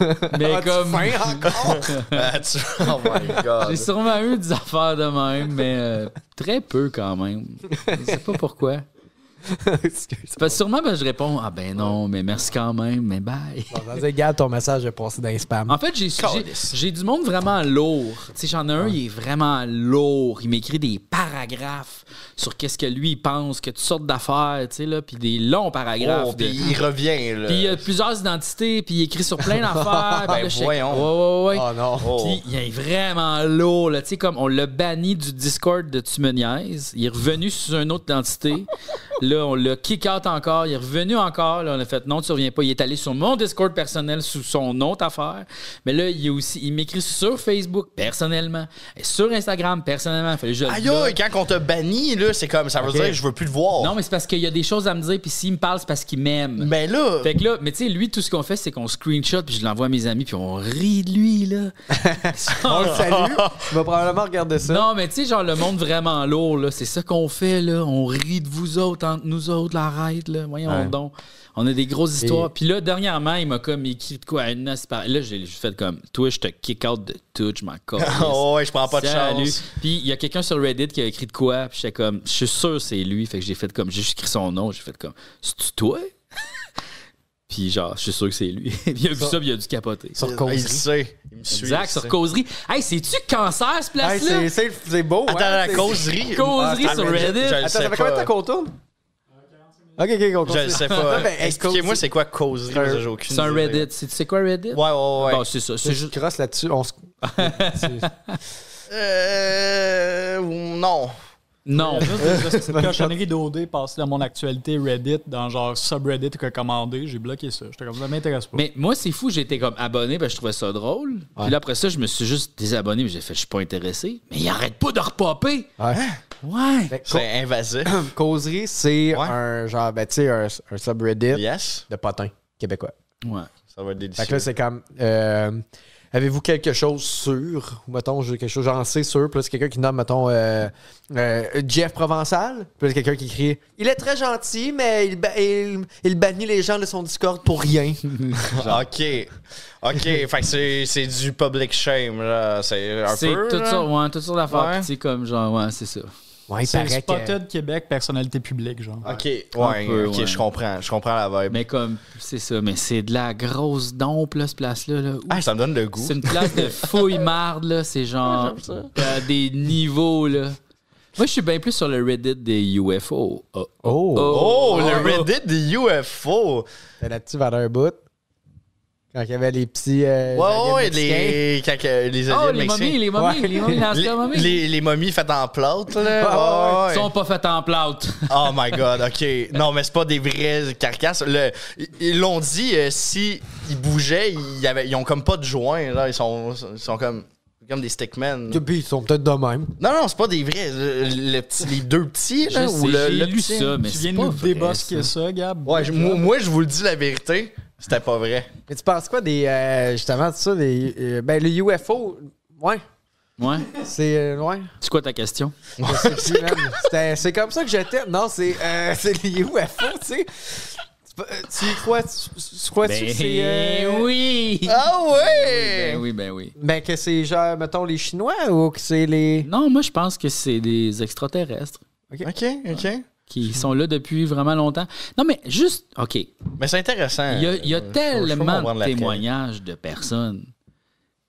même. Mais comme.
hein?
Ah, tu- Oh my god.
J'ai sûrement eu des affaires de même, mais euh, très peu quand même. Je sais pas pourquoi.
Excuse.
C'est parce que sûrement ben, je réponds Ah ben non, mais merci quand même, mais bye.
Bon, vas-y, garde ton message, j'ai passé dans les spams.
En fait, j'ai, j'ai,
Calice.
j'ai du monde vraiment lourd. Tu sais, j'en ai un, il est vraiment lourd. Il m'écrit des paragraphes sur qu'est-ce que lui il pense, que toutes sortes d'affaires, tu sais, là, puis des longs paragraphes.
Oh,
de-
puis il revient, là.
Puis il y a plusieurs identités, puis il écrit sur plein d'affaires.
Ben,
puis là, je sais-
voyons.
Ouais, ouais, ouais.
Oh non.
Oh.
Puis il est vraiment lourd, là. Tu sais, comme on l'a banni du Discord de Tumeniaise. Il est revenu sous une autre identité. là, on l'a kick out encore. Il est revenu encore. Là, on a fait non, tu reviens pas. Il est allé sur mon Discord personnel sous son autre affaire. Mais là, il est aussi, il m'écrit sur Facebook personnellement, et sur Instagram personnellement. Fait que je le
Aïe,
bloque.
aïe, quand on te bannit, là, c'est comme ça veut dire que je veux plus te voir.
Non, mais c'est parce qu'il y a des choses à me dire, puis s'il me parle, c'est parce qu'il m'aime.
mais Ben là,
Fait que là, mais tu sais, lui, tout ce qu'on fait, c'est qu'on screenshot, puis je l'envoie à mes amis, puis on rit de lui, là.
On le salue. Tu vas probablement regarder ça.
non, mais tu sais, genre, le monde vraiment lourd, là, c'est ça qu'on fait, là. On rit de vous autres, entre nous autres, la raide, là. Voyons donc. On a des grosses histoires. Puis là, dernièrement, il m'a comme écrit de quoi à une as- par- Là, j'ai juste fait comme, toi, je te kick out de tout, je m'en calisse.
oh, ouais, je prends pas de
Salut.
chance.
Puis il y a quelqu'un sur Reddit qui a écrit de quoi, puis j'étais comme, je suis sûr que c'est lui. Fait que j'ai fait comme, j'ai juste écrit son nom, j'ai fait comme, c'est-tu toi? puis genre, je suis sûr que c'est lui. il a vu ça, puis il a dû capoter.
Sur
Il,
causerie.
le sait. Il me suit.
Exact,
il
sur
sait.
causerie. Hey, c'est-tu cancer, ce
Hey,
place-là?
c'est- c'est c'est beau.
Attends,
ouais,
la
c'est-
causerie.
Causerie
Ah,
sur
mais je-
Reddit.
Je
Attends, ça
le sais
fait combien de
pas.
temps qu'on tourne? Ok, ok, on
Je le
continue.
sais
Ah,
pas.
ben, hey,
Expliquez-moi
causerie.
c'est quoi causerie. parce que j'ai aucune
C'est un
idée.
Reddit. C'est- Tu sais quoi, Reddit?
Ouais, ouais, ouais.
Bon, c'est ça. C'est
C'est juste
juste.
crosse là-dessus. On se.
Euh. Non.
Non.
Euh,
Cette cochonnerie d'OD passée dans mon actualité Reddit, dans genre subreddit recommandé, j'ai bloqué ça. J'étais comme ça, m'intéresse pas.
Mais moi, c'est fou, j'étais comme abonné, parce que je trouvais ça drôle. Puis là, après ça, je me suis juste désabonné, mais j'ai fait, je suis pas intéressé. Mais il arrête pas de repopper.
Ouais.
Ouais.
Ben, cau-
C'est invasif.
Causerie, c'est
Ouais.
un genre, ben, tu sais, un, un subreddit
Yes.
de potins québécois.
Ouais.
Ça va être
Fait que là,
délicieux.
c'est comme. euh, Avez-vous quelque chose sur, ou mettons, j'ai quelque chose, j'en sais sûr, puis là, c'est quelqu'un qui nomme, mettons, euh, euh, Jeff Provençal, puis là, c'est quelqu'un qui crie Il est très gentil, mais il, ba- il, il bannit les gens de son Discord pour rien.
Ok. Ok. fait que c'est- c'est du public shame, là. C'est un peu.
C'est tout
là.
ça, ouais, tout ça l'affaire.
Ouais.
Puis tu sais, comme genre, ouais, c'est ça.
Ouais, il
C'est
paraît que...
Spotted Québec, personnalité publique, genre.
Ok, ouais,
Un peu,
ok,
ouais.
je comprends. Je comprends la vibe.
Mais comme, c'est ça, mais c'est de la grosse dompe, là, cette place-là. là. Ouh,
Ah, ça me donne le goût.
c'est une place de fouille marde, là. C'est genre euh, des niveaux, là. Moi, je suis bien plus sur le Reddit des UFO. Oh,
Oh!
Oh,
oh,
le
oh.
Reddit des UFO.
T'es là-dessus vers un bout. Quand il y avait les petits. euh,
Ouais,
aliens
ouais,
mexicains.
les, quand que les aliens
Oh, les
mexicains-
momies, les momies,
Ouais.
les momies, dans ce cas, momies.
Les, les- les momies faites en plâtre, là.
Ah,
Ouais,
Ils
ouais.
sont pas faites en plâtre.
Oh my god, ok. Non, mais c'est pas des vraies carcasses. Le- ils- ils l'ont dit, euh, si ils bougeaient, ils, avaient, ils ont comme pas de joint, là. Ils sont, ils sont comme, comme des stickmen.
Puis ils sont peut-être de même.
Non, non, c'est pas des vrais. Le- le petit- les deux petits,
Je
là, ou
sais,
le,
j'ai
le
lu
petit.
ça, mais
tu
c'est
viens de
pas
nous
vrai,
débosquer
ça.
ça. Gab.
Ouais, je- moi, moi, je vous le dis la vérité, c'était pas vrai.
Mais tu penses quoi des. euh, justement, de ça, des. euh, ben, le UFO. Ouais.
Ouais.
C'est. euh, ouais.
C'est quoi ta question?
C'est qui, man? C'était- C'est comme ça que j'étais. Non, c'est. euh, c'est les UFO, tu sais. Tu peux- euh, Tu crois. Tu, tu crois-tu
Ben,
que c'est. euh,
Ben eh oui!
Ah ouais!
Ben oui, ben oui.
Ben, que c'est genre, mettons, les Chinois ou que c'est les.
Non, moi, je pense que c'est des extraterrestres
Ok, ok.
qui sont là depuis vraiment longtemps. Non, mais juste, OK,
Mais c'est intéressant.
Il y a, il y a
Euh, je- je peux
tellement
comprendre
de
la théorie.
témoignages de personnes.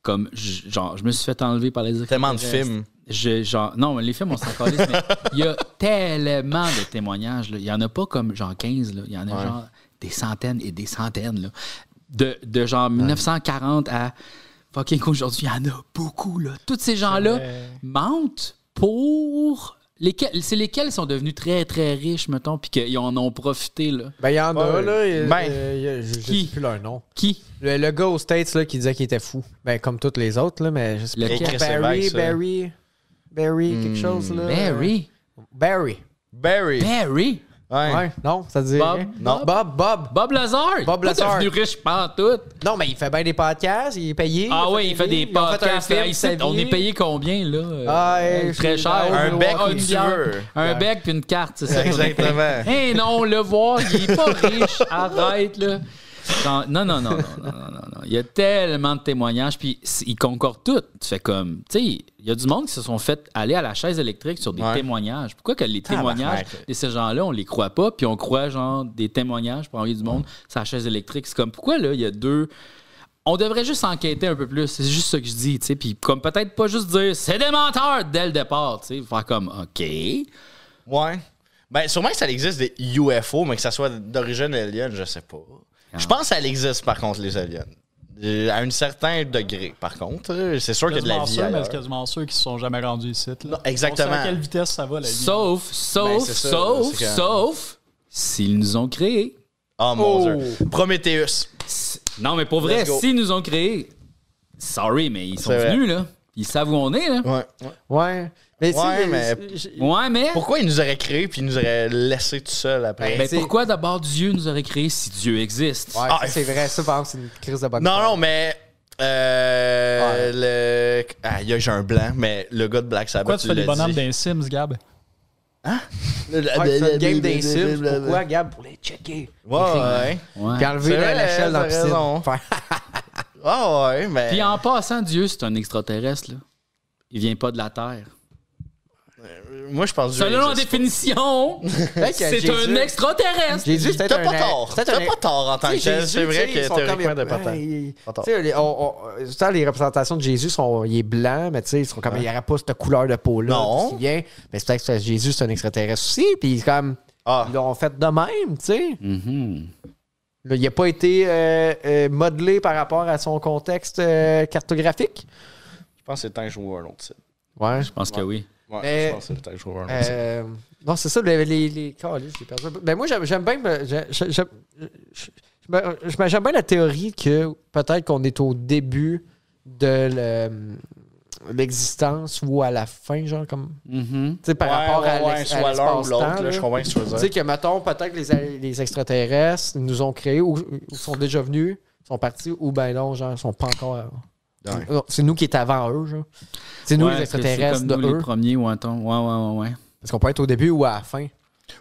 Comme, j- genre, je me suis fait enlever par les
Tellement de
extraterrestres.
films.
Je- genre, non, mais les films, on s'en calisse, mais il y a tellement de témoignages. là. Il n'y en a pas comme, genre, 15. là. Il y en a, genre, des centaines et des centaines. là. De, de, genre, 1940 à fucking aujourd'hui, il y en a beaucoup. Là. Tous ces gens-là mentent pour... Lesquels, c'est lesquels sont devenus très, très riches, mettons, puis qu'ils en ont profité, là.
Ben, il y en a,
Ouais.
là. il-
Ben.
euh, il y a- je je
Qui?
sais plus leur nom.
Qui?
Le, le gars aux States là, qui disait qu'il était fou. Ben, comme tous les autres, là, mais je sais pas.
Lequel?
Barry,
Chris Evans,
Barry,
ça. Hmm.
Barry, quelque chose. Là.
Barry.
Barry.
Barry.
Barry?
Ouais.
Ouais, non, ça dit.
Bob.
rien.
Non.
Bob, Bob.
Bob Lazar?
Bob Lazar.
Il est devenu riche pantoute.
Non, mais il fait bien des podcasts, il est payé.
Ah
oui,
ouais, il fait des podcasts. là, ici, on est payé combien, là? Euh,
Ah, hey,
très
je-
cher.
Un
bec
Ah,
ou
une
tu
bière.
veux.
Un bec puis une carte, c'est ça. qu'on a payé.
Exactement.
Hey, Hein, non, le voir, il est pas riche. Arrête, là. Dans- Non, non, non, non, non, non, non, non. Il y a tellement de témoignages, puis c- ils concordent tous. Tu fais comme, tu sais, il y a du monde qui se sont fait aller à la chaise électrique sur des
Ouais.
témoignages. Pourquoi que les
Tabarnak.
témoignages de ces gens-là, on les croit pas, puis on croit, genre, des témoignages pour envoyer du monde sur la chaise électrique? C'est comme, pourquoi, là, il y a deux. On devrait juste enquêter un peu plus. C'est juste ce que je dis, tu sais. Puis comme peut-être pas juste dire c'est des menteurs dès le départ, tu sais. Faire comme OK.
Ouais. Ben, sûrement que ça existe des UFO, mais que ça soit d'origine alien, je sais pas. Je pense que ça existe, par contre, les aliens. Euh, À un certain degré, par contre. C'est sûr qu'il y a de la
Quasiment
vie.
sûr, mais
ailleurs.
c'est quasiment sûr qu'ils se sont jamais rendus ici.
Non,
là.
exactement.
On sait à quelle vitesse ça va, la vie.
Sauf,
Ben,
sauf,
c'est ça,
sauf,
c'est que-
sauf s'ils nous ont créés.
Oh mon dieu. Prometheus.
Non, mais pour vrai,
Let's go.
s'ils nous ont créés, sorry, mais ils sont
C'est vrai.
venus, là. Ils savent où on est, là.
Ouais.
Ouais. Mais
Ouais,
si,
mais-
mais. j-
Ouais, mais.
Pourquoi il nous aurait créé puis il nous aurait laissé tout seul après?
Ben,
c'est-
pourquoi d'abord Dieu nous aurait créés si Dieu existe?
Ouais,
Ah,
ça, c'est vrai, ça, par exemple, c'est une crise de bonne
non,
foi.
non, mais. Euh, Le. Ah, y a, j'ai un blanc, mais le gars de Black Sabbath.
Pourquoi tu fais
l'as
des bonhommes
dit.
d'un Sims, Gab?
Ouais, c'est une game des Sims. Pourquoi, Gab, pour les checker?
Ouais, ouais.
Ouais.
Puis enlever
C'est
la-
vrai,
l'échelle dans
t'as
la piscine.
raison.
Faire-
Ouais, ouais, mais.
Puis en passant, Dieu, c'est un extraterrestre, là. Il vient pas de la Terre.
Moi, je pense que Dieu
Selon la
existe pas.
définition,
Peut-être que
c'est
Jésus-
un extraterrestre.
Jésus, c'est
T'as
un-
pas tort.
peut-être
T'as
un-
pas tort en tant
Tu
que
sais,
tel.
Jésus,
C'est
tu
vrai
sais, ils
que
sont
théoriquement,
comme-
t'as pas tort.
Ouais, ils-
Pas tort.
Tu sais, les- on- on- souvent, les représentations de Jésus sont. Il est blanc, mais tu sais, ils sont comme. Il n'y aura pas cette couleur de peau-là.
Non.
qui vient. Mais c'est peut-être que Jésus, c'est un extraterrestre aussi. Puis c'est comme.
Ah.
Ils l'ont fait de même, tu sais.
Mhm.
Là, il n'a pas été euh, euh, modelé par rapport à son contexte euh, cartographique.
Je pense que c'est le temps que je joue un autre titre.
Ouais.
Je pense que oui.
Ouais,
Mais-
je pense que Ah c'est le temps que je joue un autre titre.
Euh, non, c'est ça, les. les, les- Caliste, j'ai perdu un peu. Ben, moi, j'aime, j'aime bien. me- j'ai- j'ai- j'ai- je- je- je- J'aime bien la théorie que peut-être qu'on est au début de le- l'existence ou à la fin, genre, comme. Tu
Mhm.
sais, par
Ouais,
rapport à
ouais, ouais,
l'ex- à
soit l'un ou l'autre,
l'espace-temps.
là,
là.
je comprends ce que tu veux
Tu
dire.
sais que, mettons, peut-être que les, a- les extraterrestres nous ont créés ou, ou sont déjà venus, sont partis, ou ben non, genre, sont pas encore.
Ouais.
Non, C'est nous qui est avant eux, genre. C'est nous
Ouais,
les
est-ce que
extraterrestres
C'est
de
comme nous,
eux.
les premiers, ou un ton- Ouais, ouais, ouais, ouais.
Parce qu'on peut être au début ou à la fin.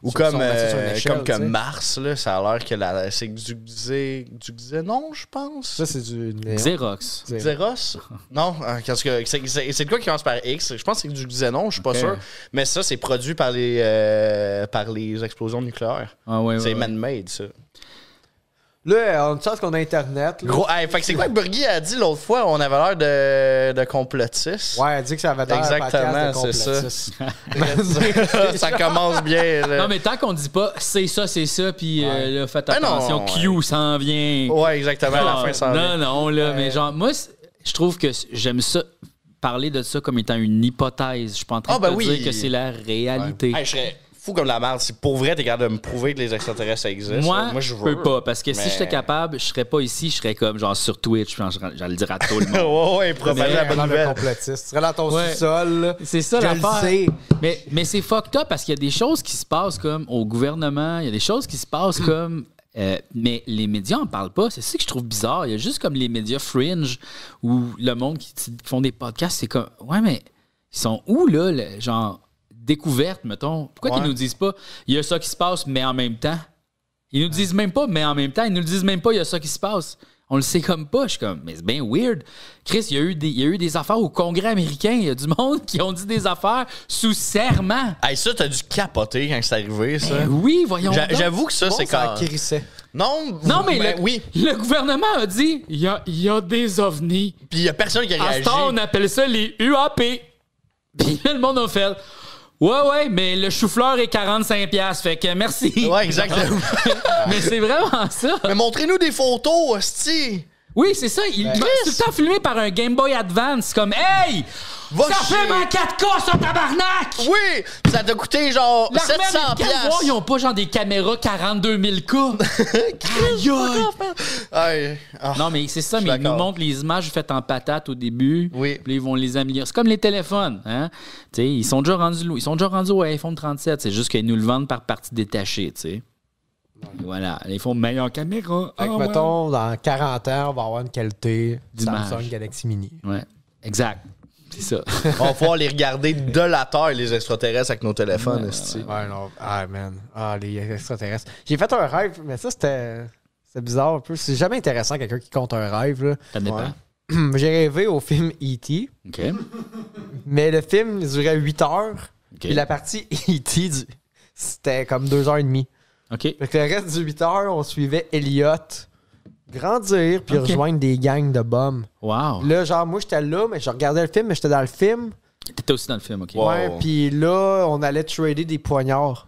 Ou
Sur-
comme,
sont placés sur une
euh,
échelle,
comme que
tu sais.
Mars, là, ça a l'air que la, c'est du, xé- du xénon, je pense.
Ça, c'est du néon.
Xerox.
Xé-
Xéros? Non, hein, parce que c'est- c'est c'est de quoi qui commence par X. Je pense que c'est du xénon, je suis pas
Ok.
sûr. Mais ça, c'est produit par les, euh, par les explosions nucléaires.
Ah, ouais, ouais,
C'est
ouais.
man-made, ça.
Là, on sait qu'on a Internet. là.
Gros, hey, fait que c'est quoi que Burgui a dit l'autre fois? On avait l'air de, de complotistes.
Ouais, elle dit que ça va être
Exactement, c'est ça. ça commence bien. là.
Non, mais tant qu'on dit pas c'est ça, c'est ça, puis euh, là, faites
Ah, non,
attention, Q s'en vient.
Ouais, exactement, à la
Ah,
fin, ça en
non, non, là, mais genre, moi, c'est- je trouve que c- j'aime ça, parler de ça comme étant une hypothèse. Je suis pas en train
Ah, ben
de te
oui.
dire que c'est la réalité.
vient. Hey, je serais fou comme la merde. Si pour vrai, t'es capable de me prouver que les extraterrestres existent,
Moi,
moi
je
je veux.
peux pas, parce que si
mais-
j'étais capable, je serais pas ici, je serais comme genre sur Twitch, puis genre, j'allais le dire à tout le monde.
ouais, ouais, propager la
C'est
bonne
vraiment le
nouvelle.
complotiste. Tu serais dans ton
Ouais.
sous-sol. là.
C'est ça
Je le sais.
l'affaire. Mais, mais c'est fucked up parce qu'il y a des choses qui se passent comme au gouvernement, il y a des choses qui se passent comme. euh, mais les médias en parlent pas. C'est ça que je trouve bizarre. Il y a juste comme les médias fringe où le monde qui t- font des podcasts, c'est comme. Ouais, mais ils sont où là, le- genre, découverte, mettons? Pourquoi
Ouais.
ils nous disent pas il y a ça qui se passe, mais en même temps? Ils nous le disent même pas, mais en même temps, ils nous le disent même pas, il y a ça qui se passe. On le sait comme pas. Je suis comme, mais c'est bien weird. Chris, il y, a eu des, il y a eu des affaires au Congrès américain. Il y a du monde qui ont dit des affaires sous serment.
Hey, ça, t'as dû capoter quand c'est arrivé, ça.
Ben oui, voyons.
J'a-
donc.
J'avoue que ça,
Bon,
c'est
ça
quand.
crissait.
Non,
Non, mais
ben
le,
oui.
le gouvernement a dit il y a, il y a des ovnis.
Puis il y a personne qui a
À ce
réagi.
temps, on appelle ça les UAP. Puis là, le monde a fait Ouais, ouais, mais le chou-fleur est 45$. Fait que merci.
Ouais, exactement.
Mais c'est vraiment ça.
mais montrez-nous des photos, hostie.
Oui, c'est ça.
Ben,
Il il est tout le temps filmé par un Game Boy Advance. comme Hey!
Va
ça
chier.
fait ma 4K, ça, tabarnak!
Oui, ça t'a coûté genre
L'armée
700
américaine,
piastres.
voir, ils ont pas genre des caméras 42 000 K. Aïe, aïe.
Aïe. Ah.
Non, mais c'est ça,
Je suis
mais ils nous
d'accord.
montrent les images faites en patate au début.
Oui.
Puis là, ils vont les améliorer. C'est comme les téléphones. Hein? Tu sais, Ils, sont déjà rendus, lou- ils sont déjà rendus au iPhone 37. C'est juste qu'ils nous le vendent par partie détachée. tu sais. Voilà. Ils font meilleure caméra.
Fait que,
Ah, ouais.
mettons, dans 40 ans, on va avoir une qualité
D'image.
Samsung Galaxy Mini.
Ouais. Exact. C'est ça.
On va pouvoir les regarder de la Terre, les extraterrestres, avec nos téléphones, esti.
Ouais, non. Ah, man. Ah, les extraterrestres. J'ai fait un rêve, mais ça, c'était. C'est bizarre un peu. C'est jamais intéressant, quelqu'un qui compte un rêve. là.
Ça dépend.
J'ai rêvé au film E.T.,
OK.
mais le film durait 8 heures.
OK.
Puis la partie E.T., du- c'était comme 2 heures et demie.
OK.
Fait que le reste du 8 heures, on suivait Elliot grandir puis
Ok.
rejoindre des gangs de bombes.
Wow.
Là, genre, moi, j'étais là, mais je regardais le film, mais j'étais dans le film.
T'étais aussi dans le film, OK.
Wow.
Ouais, puis là, on allait trader des poignards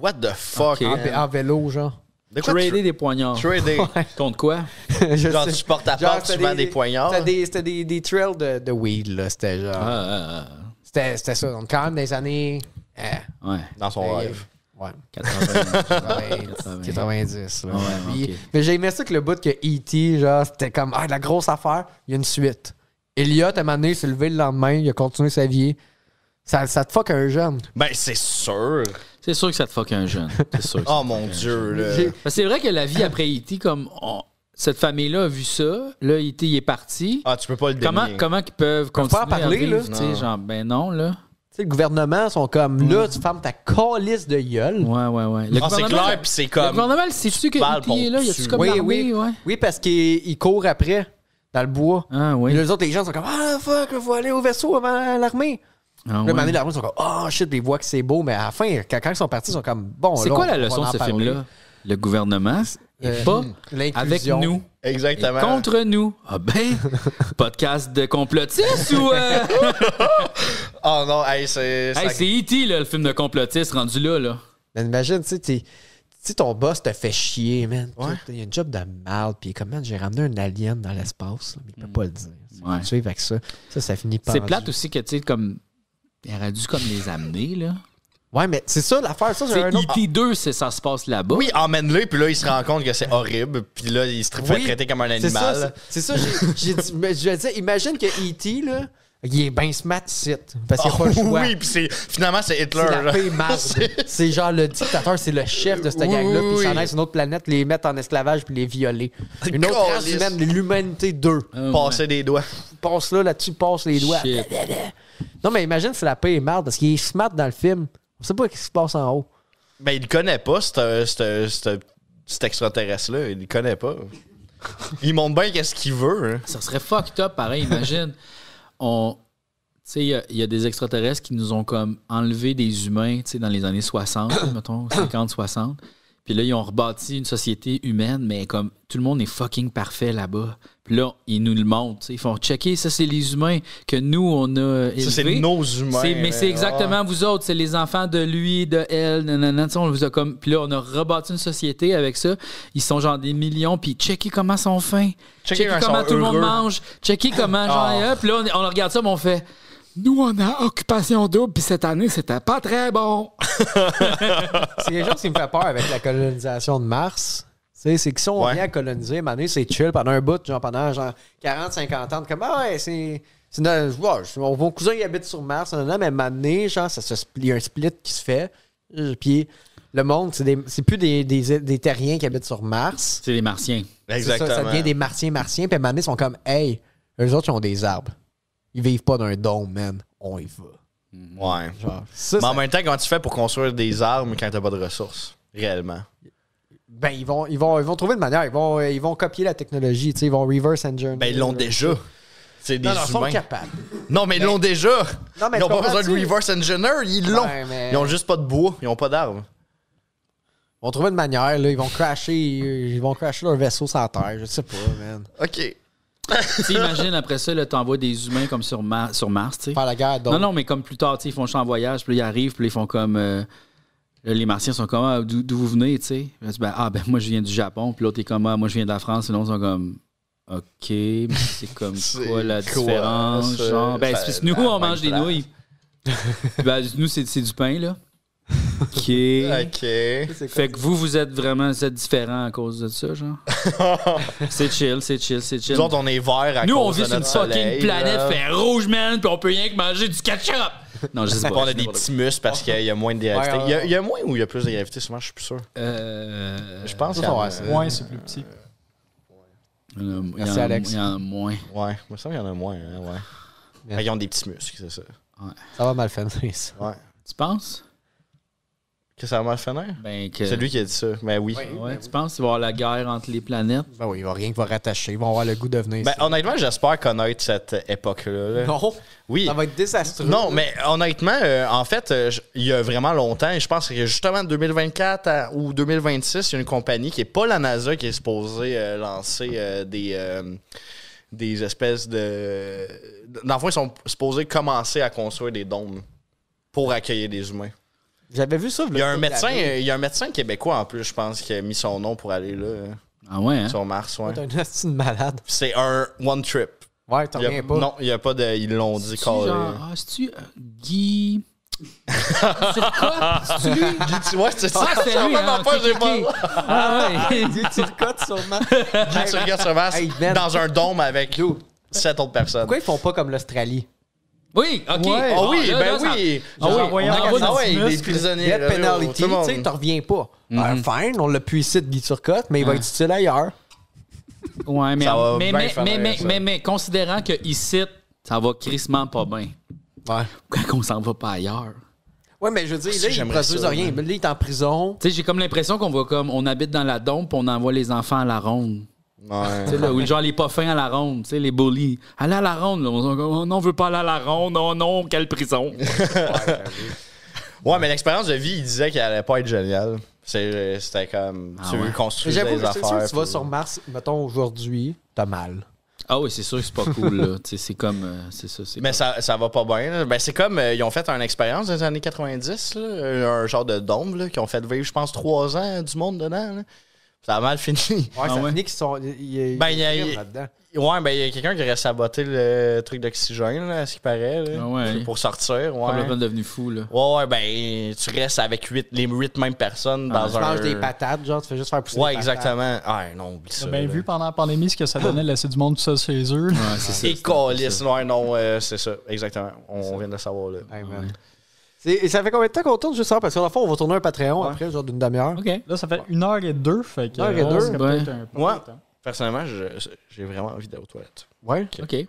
What the fuck?
Ok.
en,
man?
en vélo, genre.
De quoi
Trader
tu-
des poignards.
Trader.
Contre quoi?
Je
Genre,
sais-
tu portes à
genre,
part, tu
c'était
vends des poignards.
C'était des, c'était des, des trails de, de weed, là. C'était genre.
Ah, ah,
C'était, c'était ça. Donc, quand même, des années. eh,
ah. Ouais.
Dans son rêve.
Ouais.
80.
90. Là.
Ah Ouais,
Puis-
ok.
Mais j'ai aimé ça que le bout que E.T., genre, c'était comme, ah, la grosse affaire, il y a une suite. Elliot, à un moment donné, il s'est levé le lendemain, il a continué sa vie. Ça, ça te fuck un jeune.
Ben, c'est sûr.
C'est sûr que ça te fuck un jeune. C'est sûr. que ça
Oh
te
mon
fuck un
dieu, là.
J'ai-
Parce que c'est vrai que la vie après E.T., comme on- cette famille-là a vu ça, là, E.T. il est parti.
Ah, tu peux pas le
comment,
dénier.
comment qu'ils peuvent
peuvent pas
continuer
en parler,
à vivre,
là.
tu sais,
Non.
genre, ben non, là.
Tu sais, le gouvernement sont comme, là, tu fermes ta calice de gueule.
Mm. Ouais, ouais, ouais. Le
Ah, c'est
gouvernement-
clair, puis c'est
Le
comme.
gouvernement, sais-tu que
parles,
E.T. est là?
bon,
Y a-tu
tu-
comme
Oui,
l'armée,
oui.
ouais?
Oui, parce qu'ils courent après, dans le bois.
Ah
Et
oui.
les autres, les gens sont comme, ah, fuck, faut aller au vaisseau avant l'armée.
Ah,
Là, à un
ouais.
moment donné, l'armée sont comme, oh shit, puis ils voient que c'est beau, mais à la fin, quand, quand ils sont partis, ils sont comme, bon,
C'est
là,
quoi
on-
la
on
leçon
va
de
en
ce
parler.
film-là? Le gouvernement est
Euh,
pas avec
l'inclusion.
nous. Et
Exactement.
contre nous. Ah ben, podcast de complotistes ou... euh,
Oh non, hey, c'est.
Hey,
ça-
c'est E.T., là, le film de complotiste rendu là, là.
Mais imagine, tu sais, t'es- tu sais, ton boss te fait chier, man. Tu sais,
Ouais.
Il y a une job de mal, puis il est comme, man, j'ai ramené un alien dans l'espace, là, mais il peut
Mm.
pas le dire.
Ouais.
Tu avec ça. Ça, ça finit par.
C'est plate aussi que, tu sais, comme... Il aurait dû comme les amener, là.
Ouais, mais c'est ça l'affaire, ça, j'ai
C'est
un autre.
IT2, c'est ça se passe là-bas.
Oui, emmène-le, puis là, il se rend compte que c'est horrible, puis là, il se tra- fait
Oui,
traiter comme un
C'est ça,
animal.
c'est c'est ça, j'ai- j'ai dit, mais je veux dire, imagine que E.T., là, il est ben smart, site, parce qu'il n'y a
Oh,
pas le choix.
oui, puis c'est finalement c'est Hitler.
C'est la
là.
paix marde. C'est genre le dictateur, c'est le chef de cette gang-là,
oui,
puis ils s'en
oui.
aillent sur une autre planète, les mettre en esclavage, puis les violer. Une autre race
Calisse.
humaine, l'humanité 2.
Ah,
Passer des doigts.
passe là, là-dessus, passe les doigts.
Shit.
Non, mais imagine si la paix est marde parce qu'il est smart dans le film. On sait pas ce qui se passe en haut.
Ben, il connaît pas, c'te- c'te- c'te- cet extraterrestre-là. Il le connaît pas. Il montre bien qu'est-ce qu'il veut. hein.
Ça serait fucked up, pareil, imagine. On. Tu sais, il y a- il y, a des extraterrestres qui nous ont comme enlevé des humains, tu sais, dans les années 60, mettons, 50, 60. Puis là, ils ont rebâti une société humaine, mais comme tout le monde est fucking parfait là-bas. Puis là, ils nous le montrent. tu sais. Ils font checker, ça, c'est les humains que nous, on a élevés.
Ça, c'est nos humains.
C'est- mais ah.
hein.
c'est exactement vous autres, c'est les enfants de lui, de elle, nanana, tu sais, on vous a comme puis là on a rebâti une société avec ça. Ils sont genre des millions puis checker comment sont fins,
Checker
checker,
quand
comment
sont
tout le monde
heureux.
mange, checker comment genre
Ah.
et hop, là on, on regarde ça, mais on fait nous on a occupation double puis cette année c'était pas très bon.
C'est quelque chose qui me fait peur avec la colonisation de Mars. Tu sais, C'est que si on
Ouais.
vient à coloniser, à un moment donné, c'est chill pendant un bout, genre pendant genre 40-50 ans, de comme ah ouais, c'est. c'est notre- ouais, je- mon, mon cousin il habite sur Mars, nan, nan, mais à un moment donné, genre, ça se split- il y a un split qui se fait. euh, Puis le monde, c'est des- c'est plus des, des- des terriens qui habitent sur Mars.
C'est les martiens.
C'est ça,
Ah. Exactement.
ça devient des martiens martiens. Puis à un moment donné, ils sont comme Hey, eux autres ils ont des arbres. Ils vivent pas d'un dôme, man. On y va.
Ouais.
Genre, ça,
Mais
ça-
en même temps, comment tu fais pour construire des armes quand t'as pas de ressources, réellement?
Ben, ils vont, ils, vont, ils vont trouver une manière. Ils vont, ils vont copier la technologie. tu sais, Ils vont reverse engineer.
Ben, ils
Euh,
l'ont déjà. C'est des
Non, non, ils sont
humains.
capables.
non, mais ils l'ont déjà.
Non, mais
ils n'ont
tu
pas besoin de
comprends-tu?
reverse engineer, ils l'ont.
Ouais, mais-
Ils ont juste pas de bois, ils ont pas d'armes.
Ils vont trouver une manière. Là. Ils vont crasher ils vont crasher leur vaisseau sans terre. Je sais pas, man.
OK.
tu sais, imagine après ça là t'envoies des humains comme sur, Mar- sur Mars, tu sais.
Faire la guerre. Donc,
Non, non, mais comme plus tard, tu sais, ils font champ voyage, puis là, ils arrivent, puis là, ils font comme. euh, là, les Martiens sont comme, ah, d'où d'où vous venez, tu sais? Puis là, tu dis, Ben, ah, ben, moi, je viens du Japon, puis l'autre est comme, ah, moi, je viens de la France, sinon, ils sont comme, OK, mais c'est comme
C'est
quoi la
quoi,
différence?
ça?
genre? ben,
Ça-
c'est parce que nous,
la
on
même
mange des
place.
nouilles. ben, nous, c'est c'est du pain, là. OK.
OK.
Fait que vous, vous êtes vraiment vous êtes différents à cause de ça, genre? c'est chill, c'est chill, c'est chill.
Nous autres, on est verts à
Nous, on
cause
vit
de
sur une
notre
fucking
soleil,
planète
là.
fait rouge, man, puis on peut rien que manger du ketchup. Non, je sais pas.
on a des petits muscles parce qu'il y a moins de gravité.
ouais,
Il y a- Il y, a moins ou il y a plus de gravité, souvent, je suis plus sûr.
Euh,
Je pense
ça,
qu'il y en
ouais,
a.
c'est-
Ouais, c'est plus petit.
euh, il y en a-
Merci,
il y en a-
Alex.
Il y en a moins.
Ouais, il me semble qu'il y en a moins. hein, ouais.
Ah,
Yeah.
Mais Ils ont des petits muscles, c'est ça.
ça va mal finir, ça.
Ouais.
Tu penses?
Que ça va mal finir?
Ben que.
C'est lui qui a dit ça. Mais oui.
Ouais, tu penses qu'il va y avoir la guerre entre les planètes?
Ben oui, il va rien qui va rattacher. Ils vont avoir le goût de venir.
Ben,
ici.
honnêtement, j'espère connaître cette époque-là. là.
Non,
Oui.
ça va être désastreux.
Non, mais honnêtement, euh, en fait, euh, j- il y a vraiment longtemps, et je pense que justement 2024 à- ou 2026, il y a une compagnie qui n'est pas la NASA qui est supposée euh, lancer euh, des, euh, des espèces de. Dans le fond, ils sont supposés commencer à construire des dômes pour accueillir des humains.
J'avais vu ça.
Il y a un médecin, euh, il y a un médecin québécois en plus, je pense, qui a mis son nom pour aller là, euh,
Ah ouais, hein?
sur Mars. ouais.
T'es un hostie de malade.
C'est un one trip.
Ouais, t'en
Il y a-
reviens pas.
Non, il y a pas de. Ils l'ont dit
C'est-tu
carré.
genre- Ah, c'est-tu euh, Guy. C'est quoi? C'est lui?
Ouais, c'est ça.
Ah, c'est
ça,
lui,
même
hein?
affaire,
ok,
j'ai
ok.
pas-
Ah ouais.
tu recotes sûrement.
tu regardes sur Mars,
Hey, Ben.
dans un dôme avec sept autres personnes.
Pourquoi ils font pas comme l'Australie?
Oui, ok.
Ouais.
Ah
Bon,
oui,
là,
ben
là, ça-
oui.
Ah oui,
Genre,
on
voyons,
envoie
regarde,
Ah
dans-
ouais,
Rasmus,
des prisonniers.
Death
là, là,
penalty,
tout le monde. Mm-hmm.
tu sais, t'en reviens pas. Ben, fine, on l'a pu ici de Guy Turcotte, mais il
Mm.
va être utile ailleurs.
Ouais, mais,
Ça va
mais,
bien
mais,
faire
mais, mais,
ça.
mais, mais considérant que ici, ça va crissement pas bien,
Ouais.
pourquoi qu'on s'en va pas ailleurs?
Ouais, mais je veux
Ah, Si,
dire, là, il
j'aimerais
produisent
ça,
rien.
ouais.
Là, il est en prison.
Tu sais, j'ai comme l'impression qu'on va comme on habite dans la dompe, puis on envoie les enfants à la ronde. Tu
Ouais.
sais, là, ou genre les pas fins à la ronde, tu sais, les bullies. Allez à la ronde, là. On, se dit, oh, non, on veut pas aller à la ronde. Oh non, quelle prison.
Ouais, mais l'expérience de vie, il disait qu'elle allait pas être géniale. C'est- euh, C'était comme.
Ah
tu veux
ouais.
construire
J'avoue
des
que c'est
affaires.
sûr que tu vas
puis-
sur Mars, mettons aujourd'hui, t'as mal.
ah oui, c'est sûr que c'est pas cool, là. Tu sais, c'est comme. euh, c'est ça, c'est.
Mais ça, ça va pas bien. là. Ben, c'est comme. euh, ils ont fait une expérience dans les années 90, là, un genre de dôme, là, qui ont fait vivre, je pense, trois ans euh, du monde dedans. là. Ça a mal fini.
Ouais,
Ah
ça
ouais?
finit qu'ils sont. Il y a,
Ben, il y a-
des crimes là-dedans.
Ouais, ben, il y a quelqu'un qui aurait saboté le truc d'oxygène, là, à ce qui paraît. là,
Ah ouais.
Pour sortir, ouais.
complètement devenu fou, là.
Ouais, ouais, ben, tu restes avec huit, les huit mêmes personnes dans
Ah, Tu
un.
manges des patates, genre, tu fais juste faire pousser.
Ouais,
des patates.
exactement. Ah, non, oublie ça.
T'as bien
là.
vu pendant la pandémie ce que ça donnait de laisser du monde tout seul chez eux.
Ouais, c'est ça.
Et calice, ouais, non, euh, c'est ça, exactement. On vient de le savoir, là.
Hey, man. C'est- Et ça fait combien de temps qu'on tourne juste ça? Parce qu'en fond, on va tourner un Patreon après, genre d'une demi-heure.
OK.
Là, ça fait une heure et deux. Fait que,
Une heure et
euh,
deux,
c'est
ben.
peut-être un peu
Moi,
de temps.
personnellement, je- j'ai vraiment envie d'aller aux toilettes.
Ouais.
OK.
Ouais,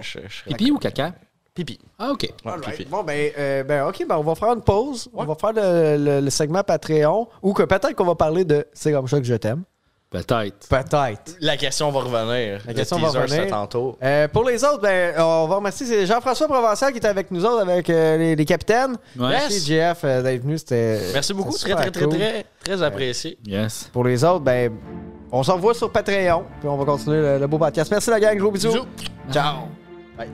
je, je serais-
Pipi ou caca?
Pipi.
Ah, OK.
Ouais,
Alright.
puis- puis-
Bon, ben, euh, ben, OK, ben, on va faire une pause. On va faire le, le- le segment Patreon ou que peut-être qu'on va parler de C'est comme ça que je t'aime.
Peut-être.
Peut-être.
La question va revenir.
La question
le
va
teaser,
revenir.
c'est tantôt.
Euh, pour les autres, ben, on va remercier c'est Jean-François Provençal qui était avec nous autres, avec euh, les, les capitaines.
Ouais.
Merci, JF, euh, d'être venu. C'était.
Merci beaucoup.
c'était
Très,
super
très, très,
cool.
très, très apprécié.
Yes.
Pour les autres, ben, on s'envoie sur Patreon. Puis on va continuer le, le beau podcast. Merci, la gang. Gros bisous.
Bisous.
Ciao. Bye.